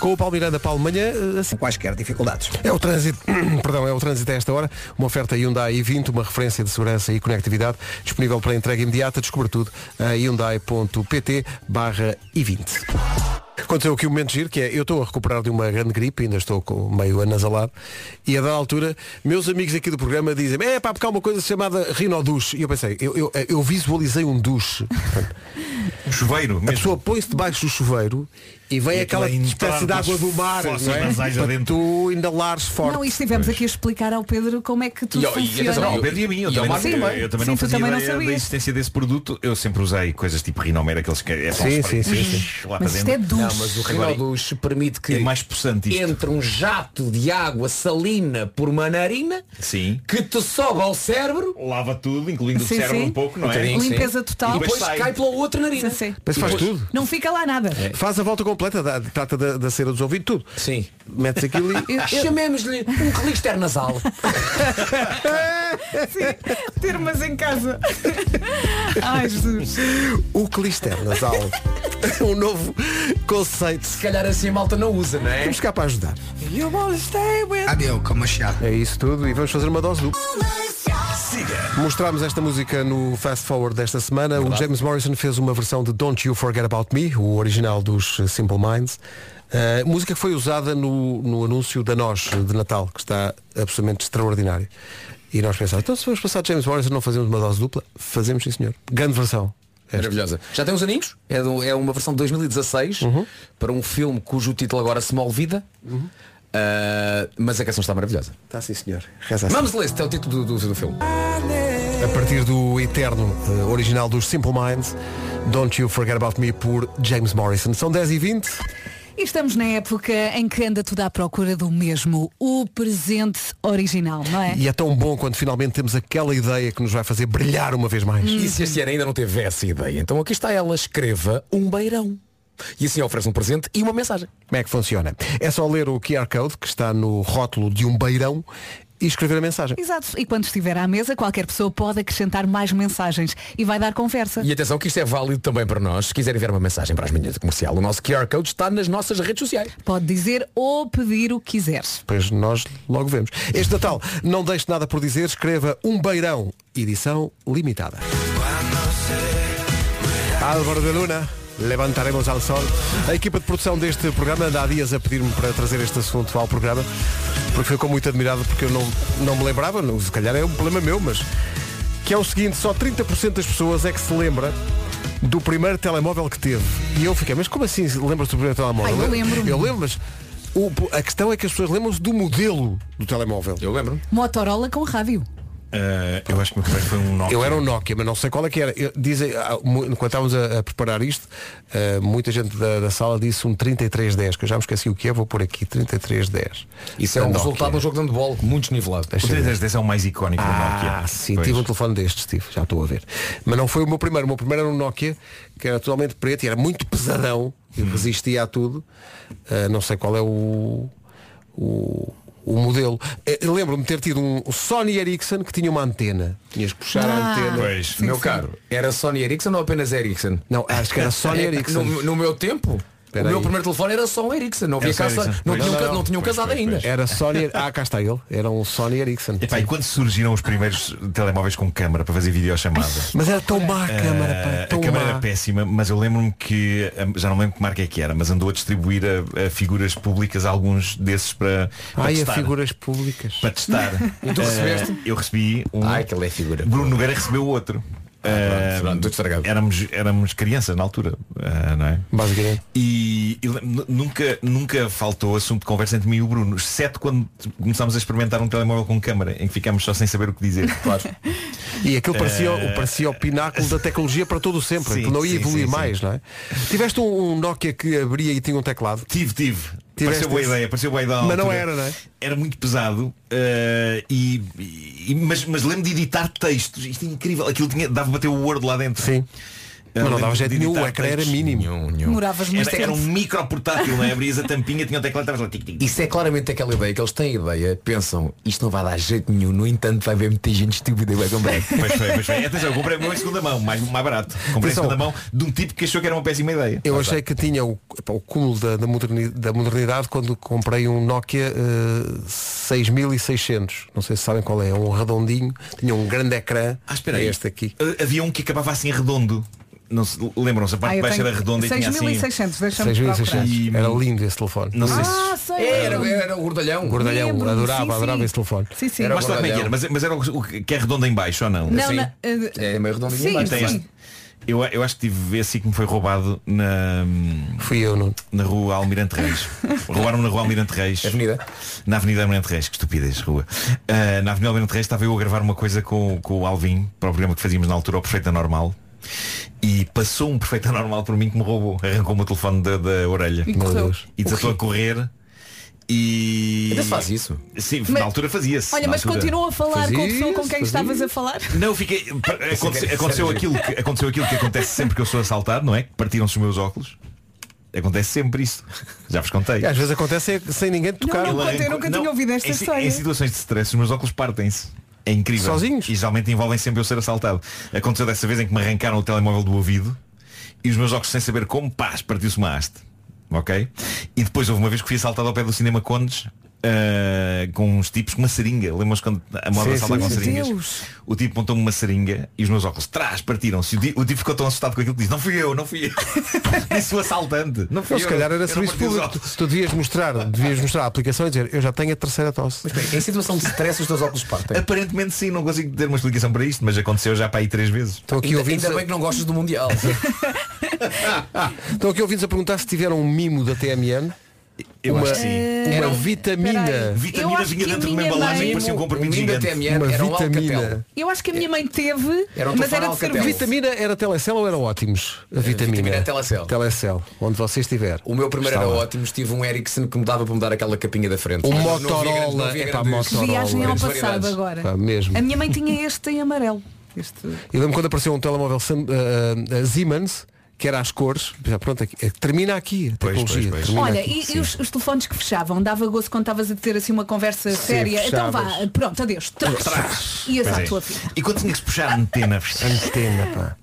Com o Paulo Miranda, Paulo, manhã, eh, assim.
Quaisquer dificuldades.
É o trânsito, perdão, é o trânsito a esta hora. Uma oferta Hyundai i20, uma referência de segurança e conectividade, disponível para entrega imediata. Descubra tudo a hyundai.pt barra i20. Aconteceu aqui um momento giro, que é, eu estou a recuperar de uma grande gripe, ainda estou com meio anasalado, e a dada altura, meus amigos aqui do programa dizem é pá, porque há uma coisa chamada rinoduche. E eu pensei, eu, eu, eu visualizei um duche. Portanto,
Um chuveiro
a
mesmo.
pessoa põe-se debaixo do chuveiro e vem
E aquilo
aquela
é
espécie
entrar
de água
pelas
do mar,
fossas
não é?
nasais
Para
adentro.
tu inalares forte.
Não, e estivemos aqui a explicar ao Pedro como é que tudo
E ao- e
funciona.
atenção,
Não, Pedro e a mim, eu
E ao
também,
Marco
não, eu-
também.
eu também
Sim,
não
tu
fazia
também não
ideia da
sabias.
existência desse produto. Eu sempre usei coisas tipo rinomera, aqueles que é só um
Sim,
spray,
sim, sim,
lá para
Mas isto é
dentro.
Não,
duche.
mas o
Agora,
Rinoduz permite que
É mais possante isto.
entre um jato de água salina por uma narina
Sim.
que te sobe ao cérebro
Lava tudo, incluindo
Sim,
o cérebro
sim.
um pouco, não é?
bocadinho, sim.
Limpeza total.
e
Depois
depois
sai.
cai pela outra narina.
Sim, sim.
Mas faz tudo.
Não fica lá nada.
Faz a volta completa, dá- trata da, da cera dos ouvidos, tudo.
Sim.
Metes aquilo e. é
Chamemos-lhe um clister nasal.
Sim, ter umas em casa. Ai, Jesus.
o clister é nasal. um novo conceito.
Se calhar assim a malta não usa, não é?
Vamos cá para ajudar.
Adio, como chá.
É isso tudo e vamos fazer uma dose do. Mostramos esta música no Fast Forward desta semana. O James Morrison fez uma versão de Don't You Forget About Me, o original dos eh, Simple Minds. Eh, música que foi usada no, no anúncio da Nós eh, de Natal, que está absolutamente extraordinário. E nós pensámos, então se vamos passar James Morrison, não fazemos uma dose dupla? Fazemos, sim senhor. Grande versão.
É.
É
Maravilhosa. Já tem uns aninhos? É, do- é uma versão de 2016
Uhum.
para um filme cujo título agora se me olvida. Ah, mas a canção está maravilhosa.
Está Tá, sim senhor. Reza assim.
Vamos ler este é o título do, do, do filme.
A partir do eterno eh, original dos Simple Minds, Don't You Forget About Me por James Morrison. São 10 e 20
E estamos na época em que anda tudo à procura do mesmo, o presente original, não é?
e é tão bom quando finalmente temos aquela ideia que nos vai fazer brilhar uma vez mais.
E se este ano ainda não teve essa ideia, então aqui está ela, escreva um beirão. E assim oferece um presente e uma mensagem.
Como é que funciona? É só ler o QR Code que está no rótulo de um beirão e escrever a mensagem.
Exato. E quando estiver à mesa, qualquer pessoa pode acrescentar mais mensagens e vai dar conversa.
E atenção que isto é válido também para nós. Se quiserem enviar uma mensagem para as meninas de comercial, o nosso QR Code está nas nossas redes sociais.
Pode dizer ou pedir o que quiseres.
Depois nós logo vemos. Este Natal, não deixe nada por dizer, escreva um beirão, edição limitada. Álvaro de Luna, levantaremos ao sol. A equipa de produção deste programa anda há dias a pedir-me para trazer este assunto ao programa, porque ficou muito admirado porque eu não, não me lembrava, não, se calhar é um problema meu, mas que é o seguinte, só 30% das pessoas é que se lembra do primeiro telemóvel que teve. E eu fiquei, mas como assim se lembras do primeiro telemóvel?
Ai, eu lembro-me.
Eu lembro, mas o- a questão é que as pessoas lembram-se do modelo do telemóvel.
Eu lembro.
Motorola com rádio.
Ah, eu acho que o meu primeiro foi um Nokia.
Eu era um Nokia, mas não sei qual é que era. Eu- Dizem, ah, mu- quando estávamos a, a preparar isto, ah, muita gente da, da sala disse um 3310, que eu já me esqueci o que é, vou pôr aqui, 3310.
Isso é
Da
um
Nokia.
resultado de um jogo de handball muito desnivelado.
O 310 é o mais icónico do Nokia.
Ah, sim,
Pois.
tive um telefone destes, tive, já estou a ver. Mas não foi o meu primeiro, o meu primeiro era um Nokia, que era totalmente preto e era muito pesadão,
Uhum.
eu resistia a tudo. Ah, não sei qual é o. o o modelo. Eh, Lembro-me de ter tido um Sony Ericsson que tinha uma antena. Tinhas que puxar a
Ah.
antena.
Pois.
Meu caro, era Sony Ericsson ou apenas Ericsson?
Não, acho que era Sony
É,
Ericsson.
No, no meu tempo,
Espera
o meu
aí.
primeiro telefone era só um Ericsson. Não, havia
só
casa,
Ericsson.
não,
Pois.
tinham,
Não,
ca-
não,
não tinham
pois,
casado
pois,
ainda.
pois.
Era Sony. Ah, cá está ele. Era um Sony Ericsson.
Epá, e quando surgiram os primeiros telemóveis com câmara para fazer videochamada?
Mas era tão má a câmara,
Ah,
pá,
a
tão
câmara
má.
era péssima, mas eu lembro-me que ah, já não lembro que marca é que era, mas andou a distribuir a, a figuras públicas alguns desses para, para
Ai, a
testar.
figuras públicas.
Para testar.
E tu
Ah,
recebeste?
eu recebi um.
Ai, que ele é figura.
Bruno Nogueira recebeu outro. Ah,
pronto, tudo estragado.
éramos, éramos crianças na altura, ah, não é?
Basicamente.
E, e lem- nu- nunca, nunca faltou assunto de conversa entre mim e o Bruno, exceto quando começámos a experimentar um telemóvel com câmara, em que ficámos só sem saber o que dizer. Claro.
E aquilo parecia, o- parecia o pináculo da tecnologia para todo o sempre.
Eh, Sim,
Aquilo não ia
sim,
evoluir
sim, sim.
mais, não é? Tiveste um, um Nokia que abria e tinha um teclado.
Tive, tive.
Tiveste
pareceu boa
esse?
ideia, pareceu boa ideia. à
Mas não
altura.
era, não é?
Era muito pesado eh, e, e- mas, mas lembro de editar textos. Isto é incrível. Aquilo tinha, dava para ter o Word lá dentro.
Sim. Mas não dava
de-
jeito
de
nenhum, o
editar
ecrã era
textos.
mínimo.
Demoravas muito
Era,
tempo.
era um micro portátil, não é? Abrias a tampinha, tinha o teclado, estavas lá tic, tic, tic.
Isso é claramente aquela ideia que eles têm ideia, pensam, isto não vai dar jeito nenhum, no entanto vai haver muita gente estúpida e vai comprar.
Pois foi, pois foi. Atenção, eu comprei o meu em segunda mão, mais, mais barato. Comprei em
Atenção.
segunda mão de um tipo que achou que era uma péssima ideia.
Eu achei que tinha o, epá, o cúmulo da, da moderni- da modernidade, quando comprei um Nokia eh, 6600. Não sei se sabem qual é. É um redondinho. Tinha um grande ecrã.
Ah, espera aí.
É este aqui.
Ah, Havia um que acabava assim redondo. Não se- Lembram-se, a
Ah,
parte de
eu
baixo
tenho
era redonda e tinha assim.
6.600, deixa-me procurar.
6600. Era lindo esse telefone.
Não sei se.
Ah, sei.
Era, era o gordalhão.
O Gordalhão.
Lembro-me,
adorava,
sim, sim.
adorava esse telefone.
Sim, sim.
Era
Mas sabe como é que era? Mas, mas era o que que é redondo em baixo ou não?
Não,
Assim.
não, eh,
É meio redondinho
sim,
em baixo.
Tem
sim.
este. Eu, eu acho que tive esse que me foi roubado na,
Fui eu, não.
na rua Almirante Reis. Roubaram-me na rua Almirante Reis.
Avenida.
Na Avenida Almirante Reis, que estupidez, rua. Ah, na Avenida Almirante Reis estava eu a gravar uma coisa com, com o Alvin, para o programa que fazíamos na altura, o Perfeito Anormal. E passou um Perfeito Anormal por mim que me roubou. Arrancou-me o telefone da, da orelha.
E correu.
E desatou a correr. E.
Ainda se faz isso?
Sim, na
Mas-
altura fazia-se.
Olha,
na
mas
altura.
continua a falar com a
Fazia
pessoa com
isso,
quem
fazia
estavas a falar.
Não, fiquei. pa- Aconteceu,
era
aconteceu
sério.
aquilo que, aconteceu aquilo que acontece sempre que eu sou assaltado, não é? Que Partiram-se os meus óculos. Acontece sempre isso. Já vos contei.
E às vezes acontece é sem ninguém te tocar.
Não, não.
Ele
conta, eu nunca tinha ouvido esta
em, si-
história.
Em situações de stress, os meus óculos partem-se. É incrível.
Sozinhos?
E geralmente envolvem sempre eu ser assaltado. Aconteceu dessa vez em que me arrancaram o telemóvel do ouvido e os meus óculos, sem saber como, pás, partiu-se uma haste. Ok? E depois houve uma vez que fui assaltado ao pé do cinema Condes. ah, com uns tipos com uma seringa Lembram-se quando a moda
Sim,
assaltar
sim,
com
sim.
seringas
Deus.
O tipo montou-me uma seringa E os meus óculos trás partiram-se E o di- O tipo ficou tão assustado com aquilo que diz Não fui eu, não fui eu Disse o assaltante Não
Não,
fui eu
se calhar
eu
era
não
serviço
parti os
público.
óculos."
Tu, tu devias mostrar, devias mostrar a aplicação e dizer, eu já tenho a terceira tosse.
Em situação de stress os teus óculos partem.
Aparentemente sim, não consigo ter uma explicação para isto, mas aconteceu já para aí três vezes.
Estão aqui
Ainda,
ouvindo.
ainda bem que não gostas do Mundial.
Estão aqui ouvintes a perguntar se tiveram um mimo da TMN,
Eu
uma,
acho que sim.
Eh,
uma
Era um-
vitamina,
Peraí. Eu
Vitamina
acho
vinha
que a
dentro de uma
minha
embalagem
mãe-
que parecia um
o
comprimido
mimo da
gigante.
TMN
uma
era um
vitamina.
Alcatel.
Eu acho que a minha mãe teve,
Era um
mas
telefone
era de
Alcatel.
A
serviço.
vitamina era Telecel ou era ótimos? A vitamina.
vitamina é Telecel.
Telecel, onde você estiver.
O meu primeiro
Está
era
lá.
ótimo, tive um Ericsson que me dava para mudar aquela capinha da frente.
Um
Não- não havia grande- não
Motorola.
havia
Epá,
grandes-
Motorola.
Viagem ao
Grandes
passado
variedades.
agora.
Pá, mesmo.
A minha mãe tinha este em amarelo. Este.
E lembro quando apareceu um telemóvel Sam- ah, ah, Siemens, que era às cores. Já, Pronto, aqui- eh, termina aqui a
Pois,
tecnologia.
pois, pois.
termina
Olha,
aqui.
e, e os, os telefones que fechavam, dava gozo quando estavas a ter assim uma conversa séria. Então
fechavas.
vá, pronto, adeus, trás. E
Pois
essa
é.
a tua filha.
E quando tinha que se puxar a antena
Antena, pá.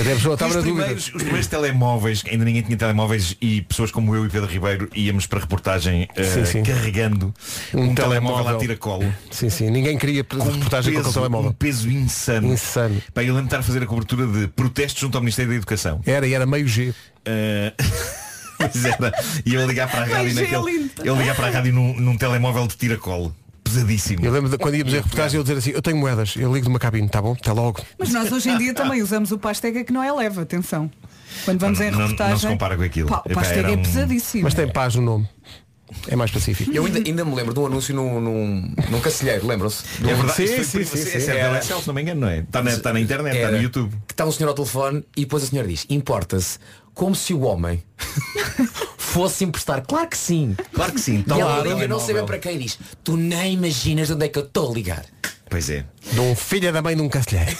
Até a pessoa
E
estava na
os,
dúvida.
primeiros, os primeiros telemóveis, ainda ninguém tinha telemóveis e pessoas como eu e Pedro Ribeiro íamos para reportagem eh,
Sim, sim.
carregando
Um
um, telemóvel,
telemóvel.
à tira-colo.
Sim, sim. Ninguém queria reportagem com aquele
um
telemóvel.
peso insano.
Insano.
Para ele tentar fazer a cobertura de protestos junto ao Ministério da Educação.
Era e era meio G.
Eh, pois era. E eu ligar para a rádio
Mas é
naquele.
lindo.
Eu ligar para a rádio num, num telemóvel de tiracolo. Pesadíssimo.
Eu lembro de quando íamos em reportagem eu dizer assim, eu tenho moedas, eu ligo de uma cabine, tá bom? Até logo.
Mas nós hoje em dia também usamos o pastega que não é leve, atenção. Quando vamos
Não-
em
não- não se
reportagem.
compara com aquilo.
Pá, o
Epá,
pastega
era
é
um-
pesadíssimo.
Mas tem paz no nome. É mais pacífico.
Eu ainda, ainda me lembro de um anúncio num, num, num cancelheiro, lembram-se?
É verdade,
Sim,
isto foi
sim,
privacidade.
sim, sim.
Esse é
Era.
da LSL, se não me engano, não é? Está na, está na internet, está no
Era
YouTube.
Que está um senhor ao telefone e depois a senhora diz, importa-se, como se o homem fosse emprestar. Claro que sim.
Claro que sim.
E ela liga, não sei bem para quem e diz, tu nem imaginas de onde é que eu estou a ligar.
Pois é.
De um filho da mãe num castelheiro.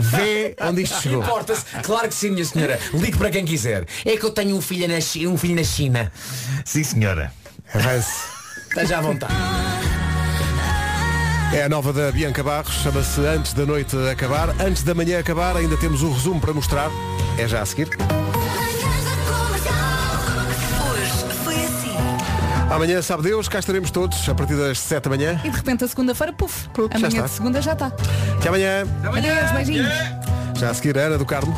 Vê onde isto chegou.
Importa-se, claro que sim, minha senhora. Ligue para quem quiser. É que eu tenho um filho na, Chi- um filho na China.
Sim, senhora.
Avance.
Esteja à vontade.
É a nova da Bianca Barros, chama-se Antes da Noite Acabar. Antes da Manhã Acabar, ainda temos o resumo para mostrar. É já a seguir.
Hoje foi assim.
Amanhã, sabe Deus, cá estaremos todos a partir das 7 da manhã.
E de repente a segunda-feira, puf,
Pronto, já
amanhã
está.
de segunda já está.
Até amanhã.
Adeus, beijinhos.
Já a seguir, a Ana do Carmo.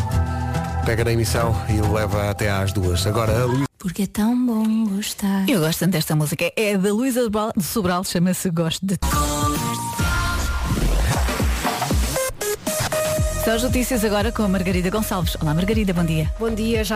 Pega na emissão e leva até às duas. Agora a Luísa.
Porque é tão bom gostar. Eu gosto tanto desta música. É da Luísa Sobral- Sobral, chama-se Gosto de Ti. São as notícias agora com a Margarida Gonçalves. Olá, Margarida, bom dia.
Bom dia, já